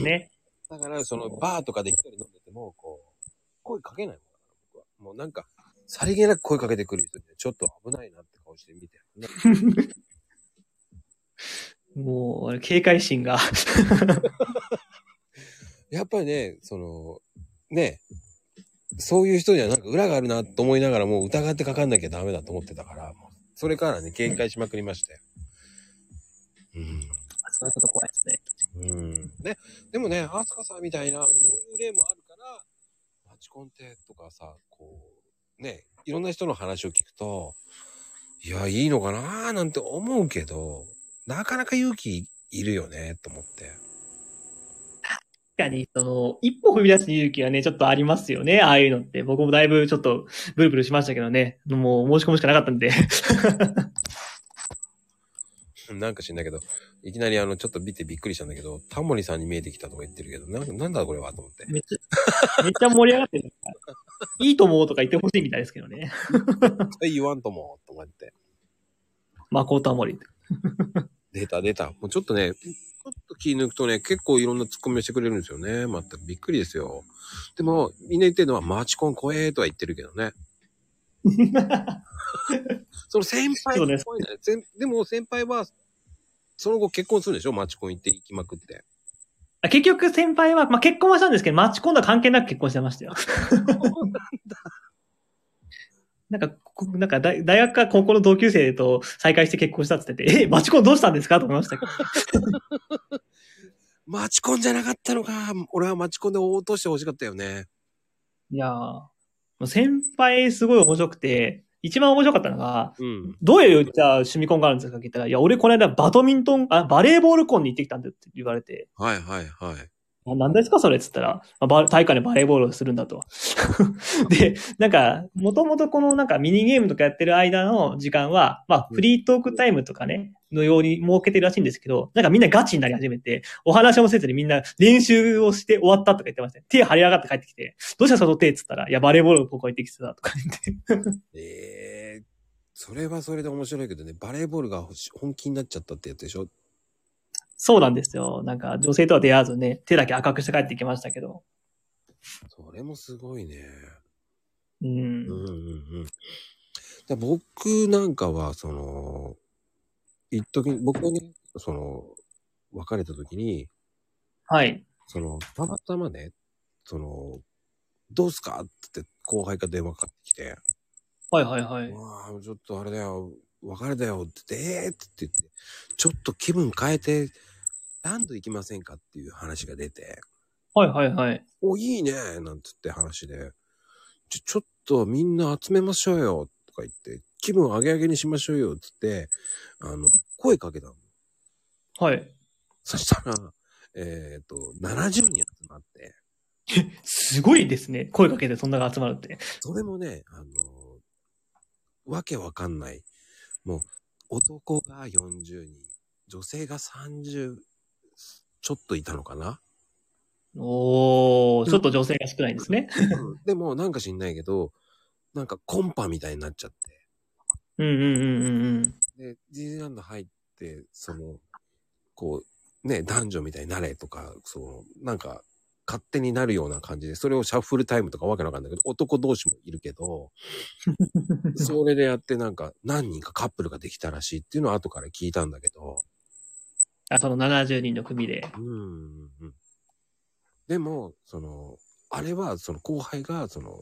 ね。だから、そのバーとかで一人飲んでても、こう、声かけないもんだから、僕は。もうなんか、さりげなく声かけてくる人って、ちょっと危ないなって顔して見てるね。もう、警戒心が。 やっぱりね、その、ね、そういう人にはなんか裏があるなと思いながらもう疑ってかかんなきゃダメだと思ってたから、もうそれからね、警戒しまくりましたよ。うん。そういうこと怖いですね。うん。ね、でもね、アスカさんみたいな、こういう例もあるから、マチコンテとかさ、こう、ね、いろんな人の話を聞くと、いや、いいのかなーなんて思うけど、なかなか勇気いるよね、と思って。 確かに、その、一歩踏み出す勇気はね、ちょっとありますよね。ああいうのって。僕もだいぶちょっと、ブルブルしましたけどね。もう、申し込むしかなかったんで。 なんか知んないけど、いきなりあの、ちょっと見てびっくりしたんだけど、タモリさんに見えてきたとか言ってるけど、なんかなんだこれはと思って。めっちゃ、めっちゃ盛り上がってる。いいと思うとか言ってほしいみたいですけどね。絶対言わんとも、とか言って。マコータモリ。出た出た。もうちょっとね、ちょっと気抜くとね、結構いろんなツッコミをしてくれるんですよね。またびっくりですよ。でも、みんな言ってるのは、マチコン怖えとは言ってるけどね。 その先輩そうね怖いね。せんでも先輩は、その後結婚するんでしょマチコン行って行きまくって。あ結局先輩は、まあ、結婚はしたんですけど、待ち込んだ関係なく結婚してましたよ。なんか、こなんか大大学か高校の同級生と再会して結婚したって言ってて、え、待ち込んどうしたんですかと思いましたけど。マチコンじゃなかったのか。俺はマチコンで応答してほしかったよね。いやーもう先輩すごい面白くて、一番面白かったのが、うん。どういう、じゃあ趣味コンがあるんですかって聞いたら、いや、俺この間バドミントン、あ、バレーボールコンに行ってきたんだよって言われて、はいはいはい。あなんですかそれっつったら、まあバ大会でバレーボールをするんだと。 で、なんか、もともとこのなんかミニゲームとかやってる間の時間は、まあフリートークタイムとかね、のように設けてるらしいんですけど、なんかみんなガチになり始めて、お話もせずにみんな練習をして終わったとか言ってましたね。手張り上がって帰ってきて、どうしたその手っつったら、いや、バレーボールの高校行ってきてたとか言って。 ええそれはそれで面白いけどね、バレーボールが本気になっちゃったってやつでしょそうなんですよ。なんか女性とは出会わずね、手だけ赤くして帰ってきましたけど。それもすごいね。うん。うんうんうん。で僕なんかは、その、一時僕がね、その、別れた時に、はい。その、たまたまね、その、どうすかって後輩から電話かかってきて、はいはいはい。わあ、ちょっとあれだよ、別れだよって言って、えー、って言って、ちょっと気分変えて、ランド行きませんかっていう話が出て、はいはいはい。お、いいねなんつって話で、ちょ、ちょっとみんな集めましょうよとか言って、気分上げ上げにしましょうよっつって、あの、声かけたの。はい。そしたら、えっ、と、70人集まって、すごいですね。声かけてそんなが集まるって。それもね、あの、わけわかんない。もう、男が40人、女性が30、ちょっといたのかなおー、ちょっと女性が少ないんですね。うんでも、なんか知んないけど、なんかコンパみたいになっちゃって。うんうんうんうんうん。で、ディズニーランド入って、その、こう、ね、男女みたいになれとか、その、なんか、勝手になるような感じで、それをシャッフルタイムとかわけのわかんないけど、男同士もいるけど、それでやってなんか、何人かカップルができたらしいっていうのは後から聞いたんだけど、あ、その70人の組で。うんうんうん。でも、その、あれは、その後輩が、その、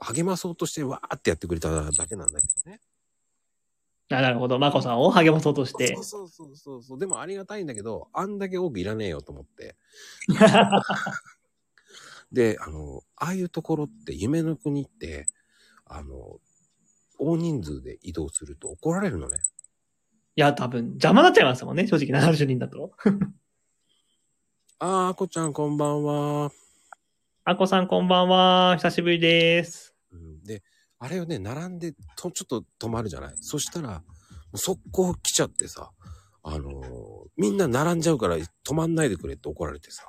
励まそうとしてわーってやってくれただけなんだけどね。あ、なるほど。マコさんを励まそうとしてそう。そうそうそうそう。でもありがたいんだけど、あんだけ多くいらねえよと思って。で、あの、ああいうところって、夢の国って、あの、大人数で移動すると怒られるのね。 いや、多分、邪魔になっちゃいますもんね。正直70人だと。あー、あこちゃんこんばんは。アコさんこんばんは。久しぶりです。うん、で、あれをね、並んでと、ちょっと止まるじゃないそしたら、もう速攻来ちゃってさ、あのーみんな並んじゃうから止まんないでくれって怒られてさ、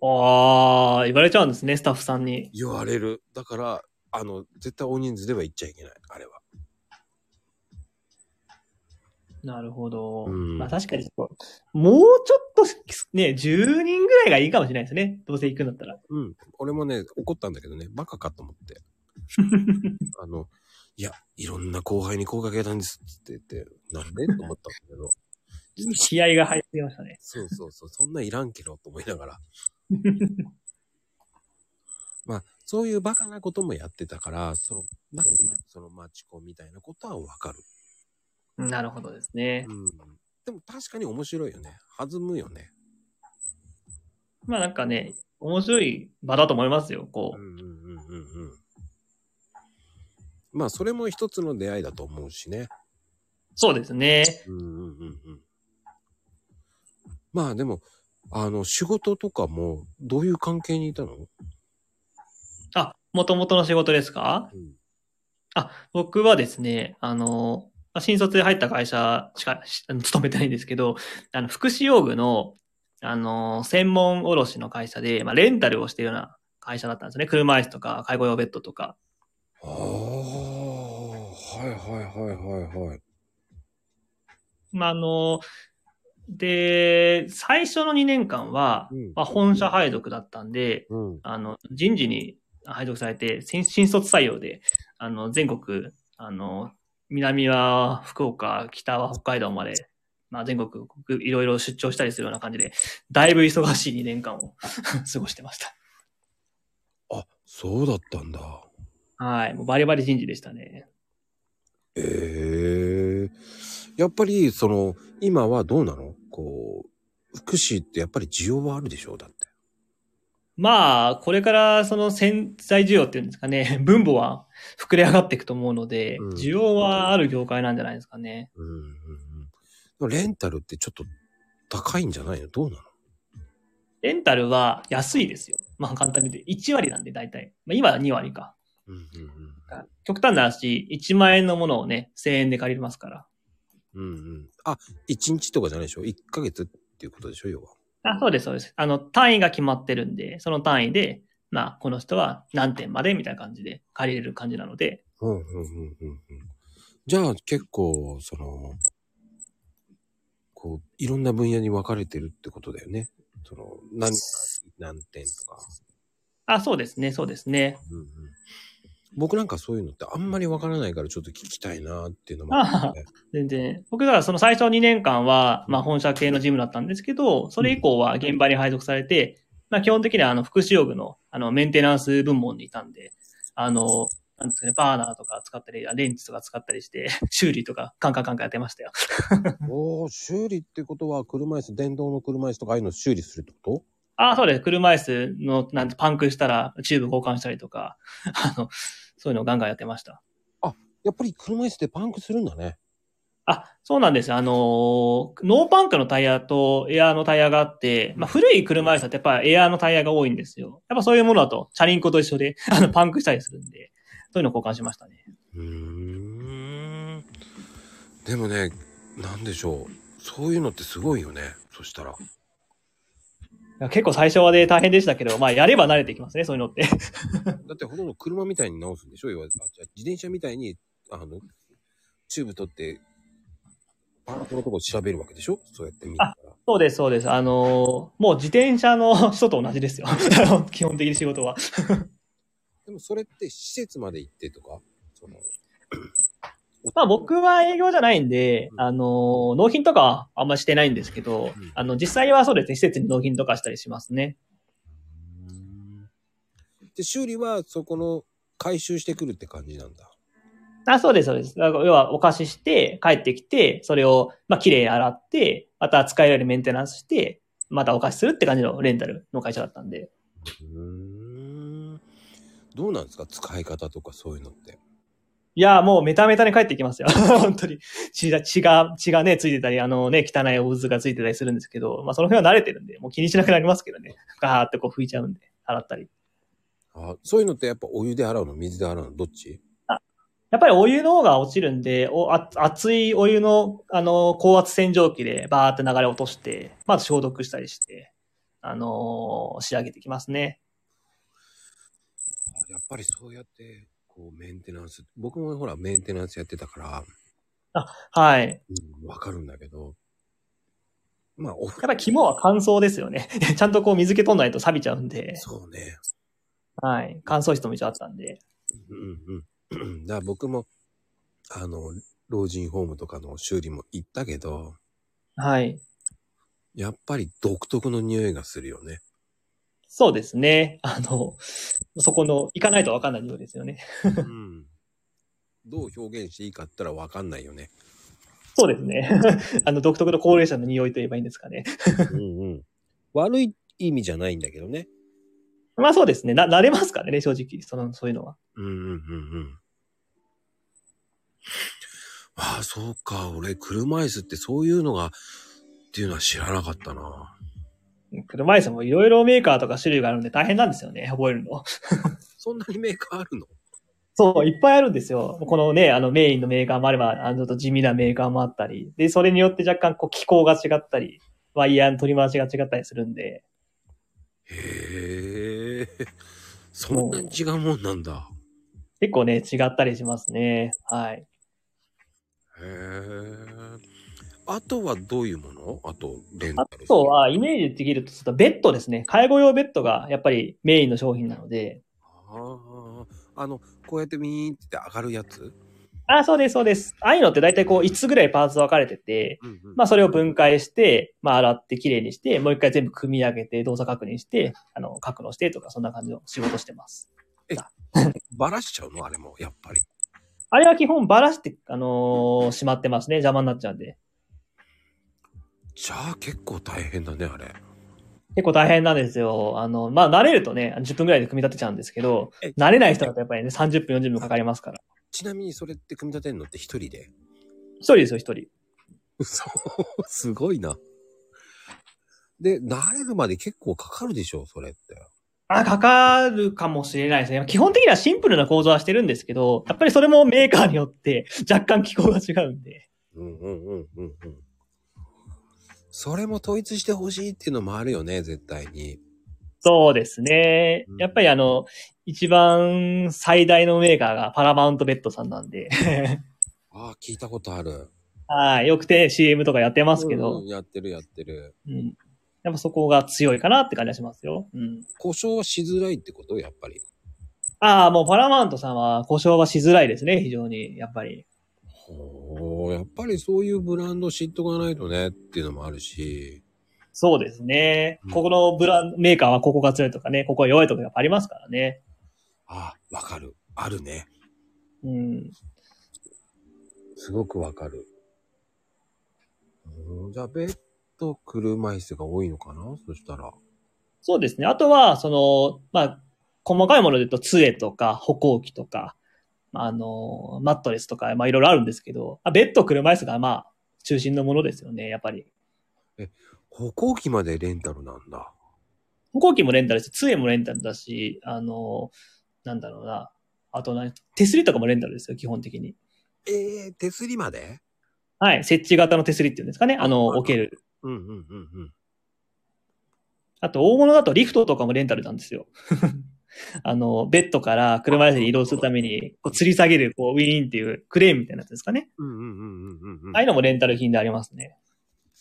あー、言われちゃうんですね、スタッフさんに。言われる。だから、あの、絶対大人数では行っちゃいけない、あれは。なるほど。うんまあ確かにちょっと、もうちょっと、ね、10人ぐらいがいいかもしれないですね。どうせ行くんだったら。うん。俺もね、怒ったんだけどね、バカかと思って。あの、いや、いろんな後輩に声かけたんですって言って、なんでと思ったんだけど、気合が入ってましたね。そうそうそう、そんなんいらんけどと思いながら。まあ、そういうバカなこともやってたから、その、なんとなくそのマチコンみたいなことはわかる。なるほどですね。うん。でも確かに面白いよね。弾むよね。まあなんかね、面白い場だと思いますよ。こうんうんうんうんうん。まあ、それも一つの出会いだと思うしね。う。そうですね。うんうんうんうん。まあでも、あの、仕事とかも、どういう関係にいたのあ、元々の仕事ですかうん。僕はですね、あの、まあ新卒で入った会社しかしあの勤めてないんですけど、あの、福祉用具の、あの、専門卸の会社で、まあ、レンタルをしてるような会社だったんですね。車椅子とか、介護用ベッドとか。ああ、はいはいはいはいはい。まあ、あの、で、最初の2年間は、うんまあ、本社配属だったんで、うん。あの、人事に配属されて、新新卒採用で、あの、全国、あの、南は福岡、北は北海道まで、まあ全国、いろいろ出張したりするような感じで、だいぶ忙しい2年間を 過ごしてました。あ、そうだったんだ。はい。もうバリバリ人事でしたね。ええやっぱり、その、今はどうなのこう、福祉ってやっぱり需要はあるでしょうだって。まあ、これからその潜在需要っていうんですかね、分母は膨れ上がっていくと思うのでうん、需要はある業界なんじゃないですかね。うんうんうん。レンタルってちょっと高いんじゃないのどうなのレンタルは安いですよ。まあ簡単に言うと1割なんで大体。まあ今は2割か。うんうん極端な話、1万円のものをね、1000円で借りれますから。うん。うんうん。あ、1日とかじゃないでしょ ?1 ヶ月っていうことでしょ要は。あ、そうです、そうです。あの、単位が決まってるんで、その単位で、まあ、この人は何点までみたいな感じで借りれる感じなので、うんうんうんうんうん。じゃあ結構、その、こう、いろんな分野に分かれてるってことだよね。その、何、何点とか。あ、そうですね、そうですね。うんうん、僕なんかそういうのってあんまり分からないからちょっと聞きたいなっていうのもああっあて。、全然。僕がその最初2年間は、まあ、本社系の事務だったんですけど、それ以降は現場に配属されて、まあ、基本的にはあの、福祉用具の、あの、メンテナンス部門にいたんで、あの、なんですかね、バーナーとか使ったり、レンチとか使ったりして、 修理とかカンカンカンカンやってましたよ。おお修理ってことは車椅子、電動の車椅子とかああいうの修理するってこああ、そうです。車椅子の、なんて、パンクしたら、チューブ交換したりとか、 あの、そういうのをガンガンやってました。とやっぱり車椅子ってパンクするんだね。あ、そうなんです。あのーノーパンクのタイヤとエアーのタイヤがあって、まあ、古い車椅子だってやっぱエアーのタイヤが多いんですよ。やっぱそういうものだと、チャリンコと一緒で、 あの、パンクしたりするんで、そういうのを交換しましたね。うーん。でもね、なんでしょう。そういうのってすごいよね。そしたら。いや結構最初はで大変でしたけど、まあ、やれば慣れてきますね、そういうのって。 だってほとんど車みたいに直すんでしょ要はあじゃあ自転車みたいに、あの、チューブ取って、パーツのとこ調べるわけでしょそうやって見たら。そうです、そうです。あのーもう自転車の人と同じですよ。 あの基本的に仕事は。でもそれって施設まで行ってとか、その、まあ僕は営業じゃないんで、あのー、納品とかはあんましてないんですけうどん、あの、実際はそうですね、施設に納品とかしたりしますね。で、修理はそこの回収してくるって感じなんだ。あ、そうです、そうです。だから要はお貸しして、帰ってきて、それを、まあ、綺麗に洗って、また使えるようにメンテナンスして、またお貸しするって感じのレンタルの会社だったんで。うん。どうなんですか使い方とかそういうのって。いやー、もうメタメタに帰ってきますよ。 本当に。血が、血が、血がね、ついてたり、あのね、汚いお渦がついてたりするんですけど、まあその辺は慣れてるんで、もう気にしなくなりますけどね。ガーってこう拭いちゃうんで、洗ったり。あそういうのってやっぱお湯で洗うの水で洗うのどっちやっぱりお湯の方が落ちるんで、おあ熱いお湯の、あの、高圧洗浄機でバーって流れ落として、まず消毒したりして、あのー仕上げてきますね。やっぱりそうやってこうメンテナンス僕もほらメンテナンスやってたから、はい。やっうん、わかるんだけどまあお風ぱり肝は乾燥ですよね。 ちゃんとこう水気取んないと錆びちゃうんで、そうねはい。乾燥室も一応あったんで。うんうん。 だから僕も、あの、老人ホームとかの修理も行ったけど、はい。やっぱり独特の匂いがするよね。そうですね。あの、そこの、行かないとわかんないようですよね。うん。どう表現していいかって言ったらわかんないよね。そうですね。 あの、独特の高齢者の匂いと言えばいいんですかね。うんうん。悪い意味じゃないんだけどね。まあそうですね。な、慣れますからね、正直。その、そういうのは。うんうんうんうん。ああ、そうか。俺、車椅子ってそういうのが、っていうのは知らなかったな。車椅子もいろいろメーカーとか種類があるんで大変なんですよね、覚えるの。そんなにメーカーあるのそう、いっぱいあるんですよ。このね、あのメインのメーカーもあれば、あのちょっと地味なメーカーもあったり、で、それによって若干こう気候が違ったり、ワイヤーの取り回しが違ったりするんで、へえ。そんなに違うもんなんだ。結構ね、違ったりしますね。はい。へえ。あとはどういうものあと、レンタあル。とは、イメージできると、ちょっとベッドですね。介護用ベッドがやっぱりメインの商品なので、ああ。あの、こうやってミーンって上がるやつあ、そうです、そうです。ああいうのって大体こう5つぐらいパーツ分かれてて、うんうんまあそれを分解して、まあ洗ってきれいにして、もう一回全部組み上げて、動作確認して、あの、格納してとか、そんな感じの仕事してます。バラしちゃうのあれも、やっぱり。あれは基本バラして、あのーしまってますね。邪魔になっちゃうんで。じゃあ結構大変だね、あれ。結構大変なんですよ。あの、まあ慣れるとね、10分ぐらいで組み立てちゃうんですけどえ、慣れない人だとやっぱりね、30分、40分かかりますから。ちなみにそれって組み立てるのって一人で。一人ですよ、一人。そう、すごいな。で、慣れるまで結構かかるでしょ、それって。あ、かかるかもしれないですね。基本的にはシンプルな構造はしてるんですけど、やっぱりそれもメーカーによって若干気候が違うんで。うんうんうんうんうん。それも統一してほしいっていうのもあるよね、絶対に。そうですねうん。やっぱりあの、一番最大のメーカーがパラマウントベッドさんな んで、ああ、聞いたことある。はい、よくて CM とかやってますけうどん、やってるやってる。うん、やっぱそこが強いかなって感じがしますよ。うん、故障はしづらいってことやっぱり。ああ、もうパラマウントさんは故障はしづらいですね、非常に、やっぱり。ほう、やっぱりそういうブランド知っとかないとねっていうのもあるし。そうですねうん。ここのブランメーカーはここが強いとかね、ここが弱いとかやっぱありますからね。ああ、わかる。あるね。うん。すごくわかる。うんじゃあ、ベッド、車椅子が多いのかなそしたら。そうですね。あとは、その、まあ、細かいもので言うと、杖とか、歩行器とか、まああの、マットレスとか、まあ、いろいろあるんですけど、あベッド、車椅子が、まあ、中心のものですよね、やっぱり。歩行器までレンタルなんだ。歩行器もレンタルして、杖もレンタルだし、あの、なんだろうな。あと何手すりとかもレンタルですよ、基本的に。ええ手すりまではい。設置型の手すりっていうんですかね。あの、はいはい置ける。うんうんうんうん。あと、大物だとリフトとかもレンタルなんですよ。 あの、ベッドから車椅子に移動するために、こう、吊り下げる、こう、ウィーンっていうクレーンみたいなやつですかね。うんうんうんうんうん。ああいだかうのもレンタル品でありますね。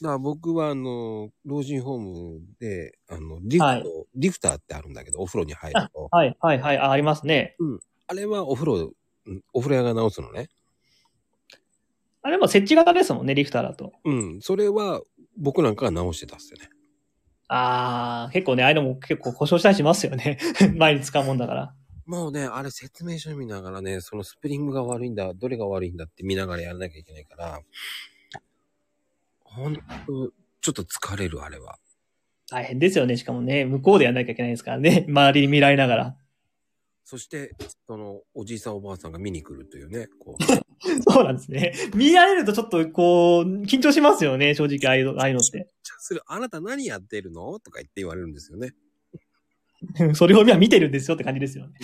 ら僕は、あの、老人ホームで、あの、リフト、はいリフターってあるんだけど、お風呂に入ると。はい、はい、はい。あ、ありますね。あれはお風呂、うんお風呂屋が直すのね。あれも設置型ですもんね、リフターだと。うん。それは僕なんかが直してたっすよね。あー、結構ね、ああいうのも結構故障したりしますよ ね。前に使うもんだから。もうね、あれ説明書見ながらね、そのスプリングが悪いんだ、どれが悪いんだって見ながらやらなきゃいけないから、ほんと、ちょっと疲れる、あれは。大変ですよね。しかもね、向こうでやんなきゃいけないですから ね。周りに見られながら。そして、その、おじいさんおばあさんが見に来るというね、こう。そうなんですね。見られるとちょっとこう、緊張しますよね。正直ああいうのああいうのって。する、あなた何やってるのとか言って言われるんですよね。それを今見て るんですよって感じですよね。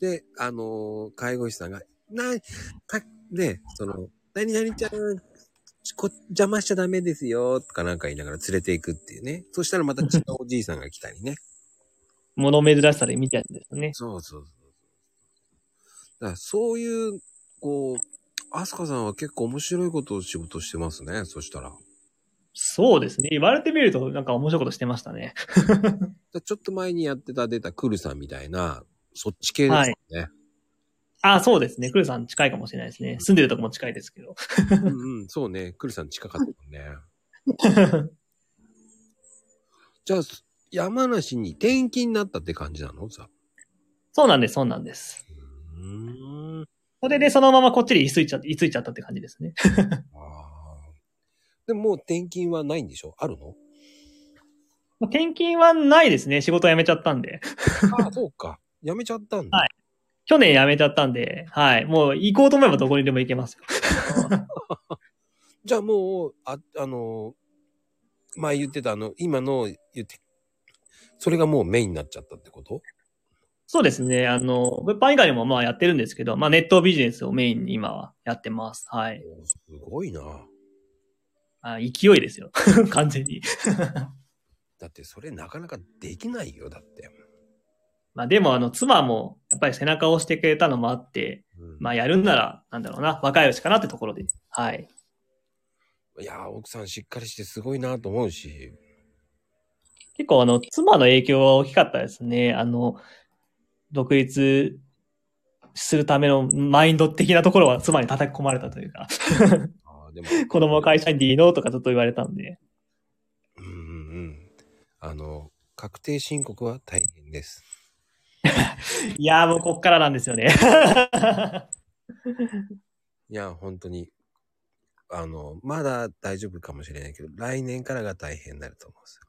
で、あのー介護士さんが、な、か、で、その、何々ちゃん、こ、邪魔しちゃダメですよ、とかなんか言いながら連れていくっていうね。そしたらまた違うおじいさんが来たりね。物珍しさで見ちゃうんですよね。そうそうそう。だからそういう、こう、アスカさんは結構面白いことを仕事してますね、そしたら。だかそうですね。言われてみるとなんか面白いことしてましたね。らちょっと前にやってた出たクルさんみたいな、そっち系ですよね。あ、そうですね。クルさん近いかもしれないですね。住んでるとこも近いですけど。うんうん、そうね。クリさん近かったもんね。じゃあ、山梨に転勤になったって感じなのさ。そうなんです、そうなんです。うーん。それでそのままこっちに居ついちゃ、居ついちゃったって感じですね。あーでももう転勤はないんでしょあるのまあ転勤はないですね。仕事辞めちゃったんで。ああ、そうか。辞めちゃったんだ。はい去年辞めちゃったんで、はい。もう行こうと思えばどこにでも行けますよ。じゃあもう、あ、あの、前言ってたあの、今の言って、それがもうメインになっちゃったってことそうですね。あの、物販以外にもまあやってるんですけど、まあネットビジネスをメインに今はやってます。はい。おーすごいな。あ勢いですよ。 完全に。だってそれなかなかできないよ、だって。まあでもあの、妻もやっぱり背中を押してくれたのもあって、うんまあやるんなら、なんだろうな、若いうちかなってところで。はい。いやー、奥さんしっかりしてすごいなと思うし。結構あの、妻の影響は大きかったですね。あの、独立するためのマインド的なところは妻に叩き込まれたというか、 あ ーでも子供は会社員でいいのとかずっと言われたんで。うんうんうん。あの、確定申告は大変です。いやーもうこっからなんですよね。 いや、本当に。あの、まだ大丈夫かもしれないけど、来年からが大変になると思うんですよ。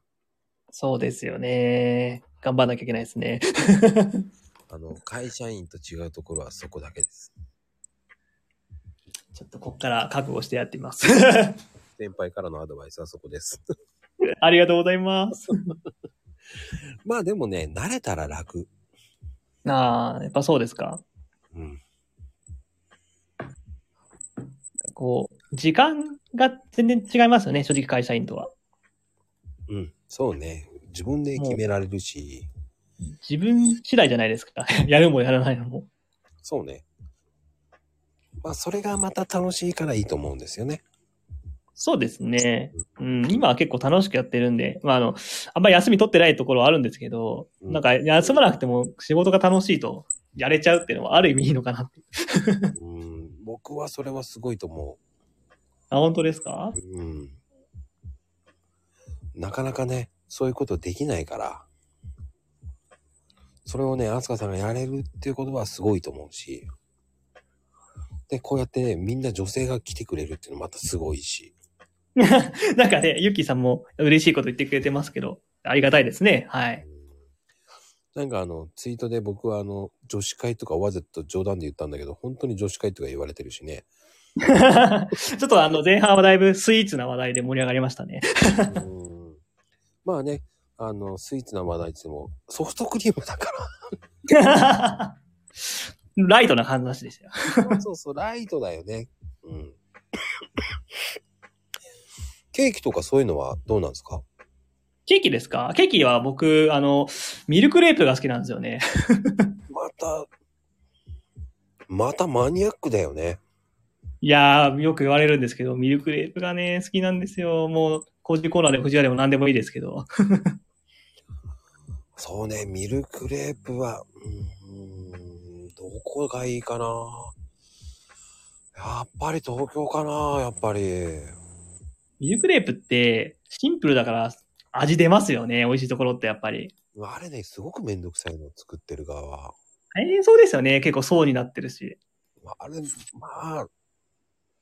そうですよね。頑張んなきゃいけないですね。あの、会社員と違うところはそこだけです。ちょっとこっから覚悟してやってみます。 先輩からのアドバイスはそこです。ありがとうございます。 まあでもね、慣れたら楽。ああ、やっぱそうですか。うん。こう、時間が全然違いますよね、正直会社員とは。うん。そうね。自分で決められるし、自分次第じゃないですか。 やるもやらないのも。そうね。まあ、それがまた楽しいからいいと思うんですよ ね。そうですね。うん、今は結構楽しくやってるんで、まああの、あんまり休み取ってないところはあるんですけど、うんなんか休まなくても仕事が楽しいとやれちゃうっていうのはある意味いいのかなって。うん。僕はそれはすごいと思あ、本当ですかう。うん。なかなかね、そういうことできないから、それをね、アスカさんがやれるっていうことはすごいと思うし、で、こうやってね、みんな女性が来てくれるっていうのまたすごいし、なんかね、ゆきさんも嬉しいこと言ってくれてますけど、ありがたいですね。はい。 なんかあの、ツイートで僕はあの、女子会とかわざと冗談で言ったんだけど、本当に女子会とか言われてるしね。ちょっとあの、前半はだいぶスイーツな話題で盛り上がりましたね。 うんまあね、あの、スイーツな話題って言っても、ソフトクリームだ かライトな話でしたよ。ら。そうそう、ライトだよね。うん。ケーキとかそういうのはどうなんですかケーキですかケーキは僕、あの、ミルクレープが好きなんですよね。また、またマニアックだよね。いやー、よく言われるんですけど、ミルクレープがね、好きなんですよ。もう、工事コーナーでこちらでも何でもいいですけど。そうね、ミルクレープは、うーん、どこがいいかな。やっぱり東京かな、やっぱり。ミルクレープって、シンプルだから、味出ますよね。美味しいところってやっぱり。あれね、すごくめんどくさいの、作ってる側は。大変そうですよね。結構層になってるし。あれ、まあ、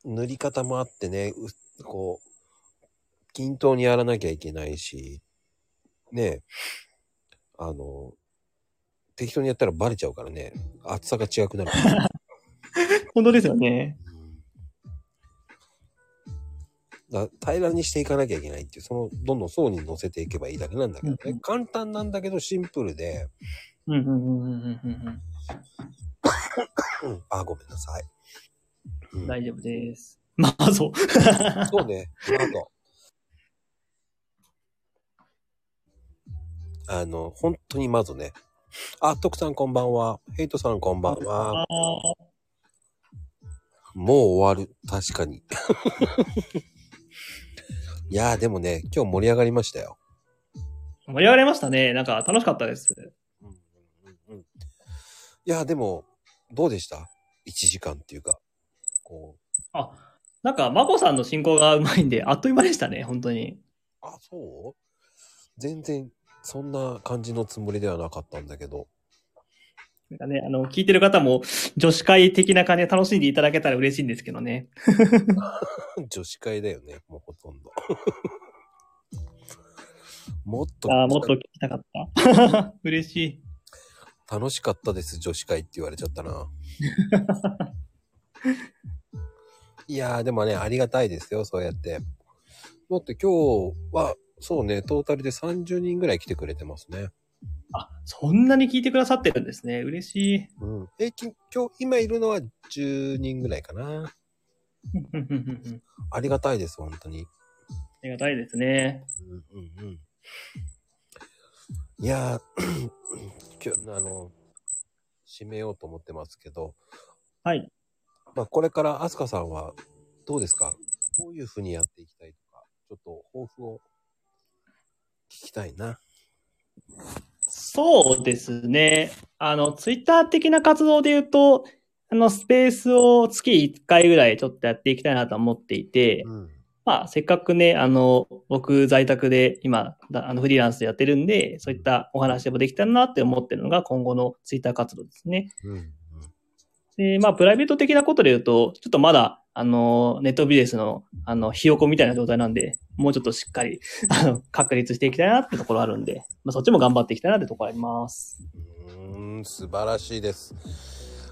塗り方もあってね、うこう、均等にやらなきゃいけないし、ねえ、あの、適当にやったらバレちゃうからね、厚さが違くなる。本当ですよね。だ平らにしていかなきゃいけないっていう、その、どんどん層に乗せていけばいいだけなんだけどね、うんうん簡単なんだけどシンプルで、うんうんうんうんうんうんうん、あ、ごめんなさい。ううんん。大丈夫です。まあ、そう。そうね、あと。あの、本当にまずね。あ、徳さんこんばんは。ヘイトさんこんばんは。あーもう終わる。確かに。いやーでもね、今日盛り上がりましたよ。盛り上がりましたね。なんか楽しかったです。うんうんうんうんいや、でも、どうでした ?1 時間っていうか、こう。あ、なんか、まこさんの進行がうまいんで、あっという間でしたね、本当に。あ、そう全然、そんな感じのつもりではなかったんだけど。なんかね、あの、聞いてる方も、女子会的な感じで楽しんでいただけたら嬉しいんですけどね。女子会だよね、もうほとんど。もっとあーもっと聞きたかった。 嬉しい。楽しかったです、女子会って言われちゃった な。いやー、でもね、ありがたいですよ、そうやって。だって今日は、そうね、トータルで30人ぐらい来てくれてますね。あ、そんなに聞いてくださってるんですね。嬉しい。 うん。平均、今日、今いるのは10人ぐらいかな。あありがたいです、本当に。りがたいですね。うんうんうん。いや ー、今日、あの、締めようと思ってますけど、はい。まあ、これからアスカさんはどうですかどういうふうにやっていきたいとか、ちょっと抱負を聞きたいな。そうですね。あの、ツイッター的な活動で言うと、あの、スペースを月1回ぐらいちょっとやっていきたいなと思っていて、ん。まあ、せっかくね、あの、僕在宅で今、だあのフリーランスでやってるんで、そういったお話でもできたらなって思ってるのが今後のツイッター活動ですね。うん、うん。で、まあ、プライベート的なことで言うと、ちょっとまだ、あの、ネットビジネスの、あの、ひよこみたいな状態なんで、もうちょっとしっかり、あの、確立していきたいなってところあるんで、まあ、そっちも頑張っていきたいなってところあります。うーん、素晴らしいです。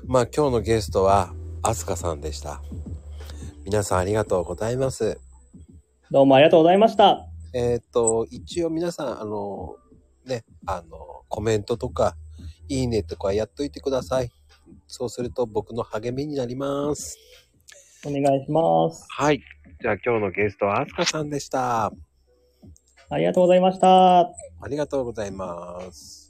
まあ今日のゲストは、アスカさんでした。皆さんありがとうございます。どうもありがとうございました。えーっと、一応皆さん、あの、ね、あの、コメントとか、いいねとかやっといてください。そうすると僕の励みになります。お願いします。はい。じゃあ今日のゲストはアスカさんでした。ありがとうございました。ありがとうございます。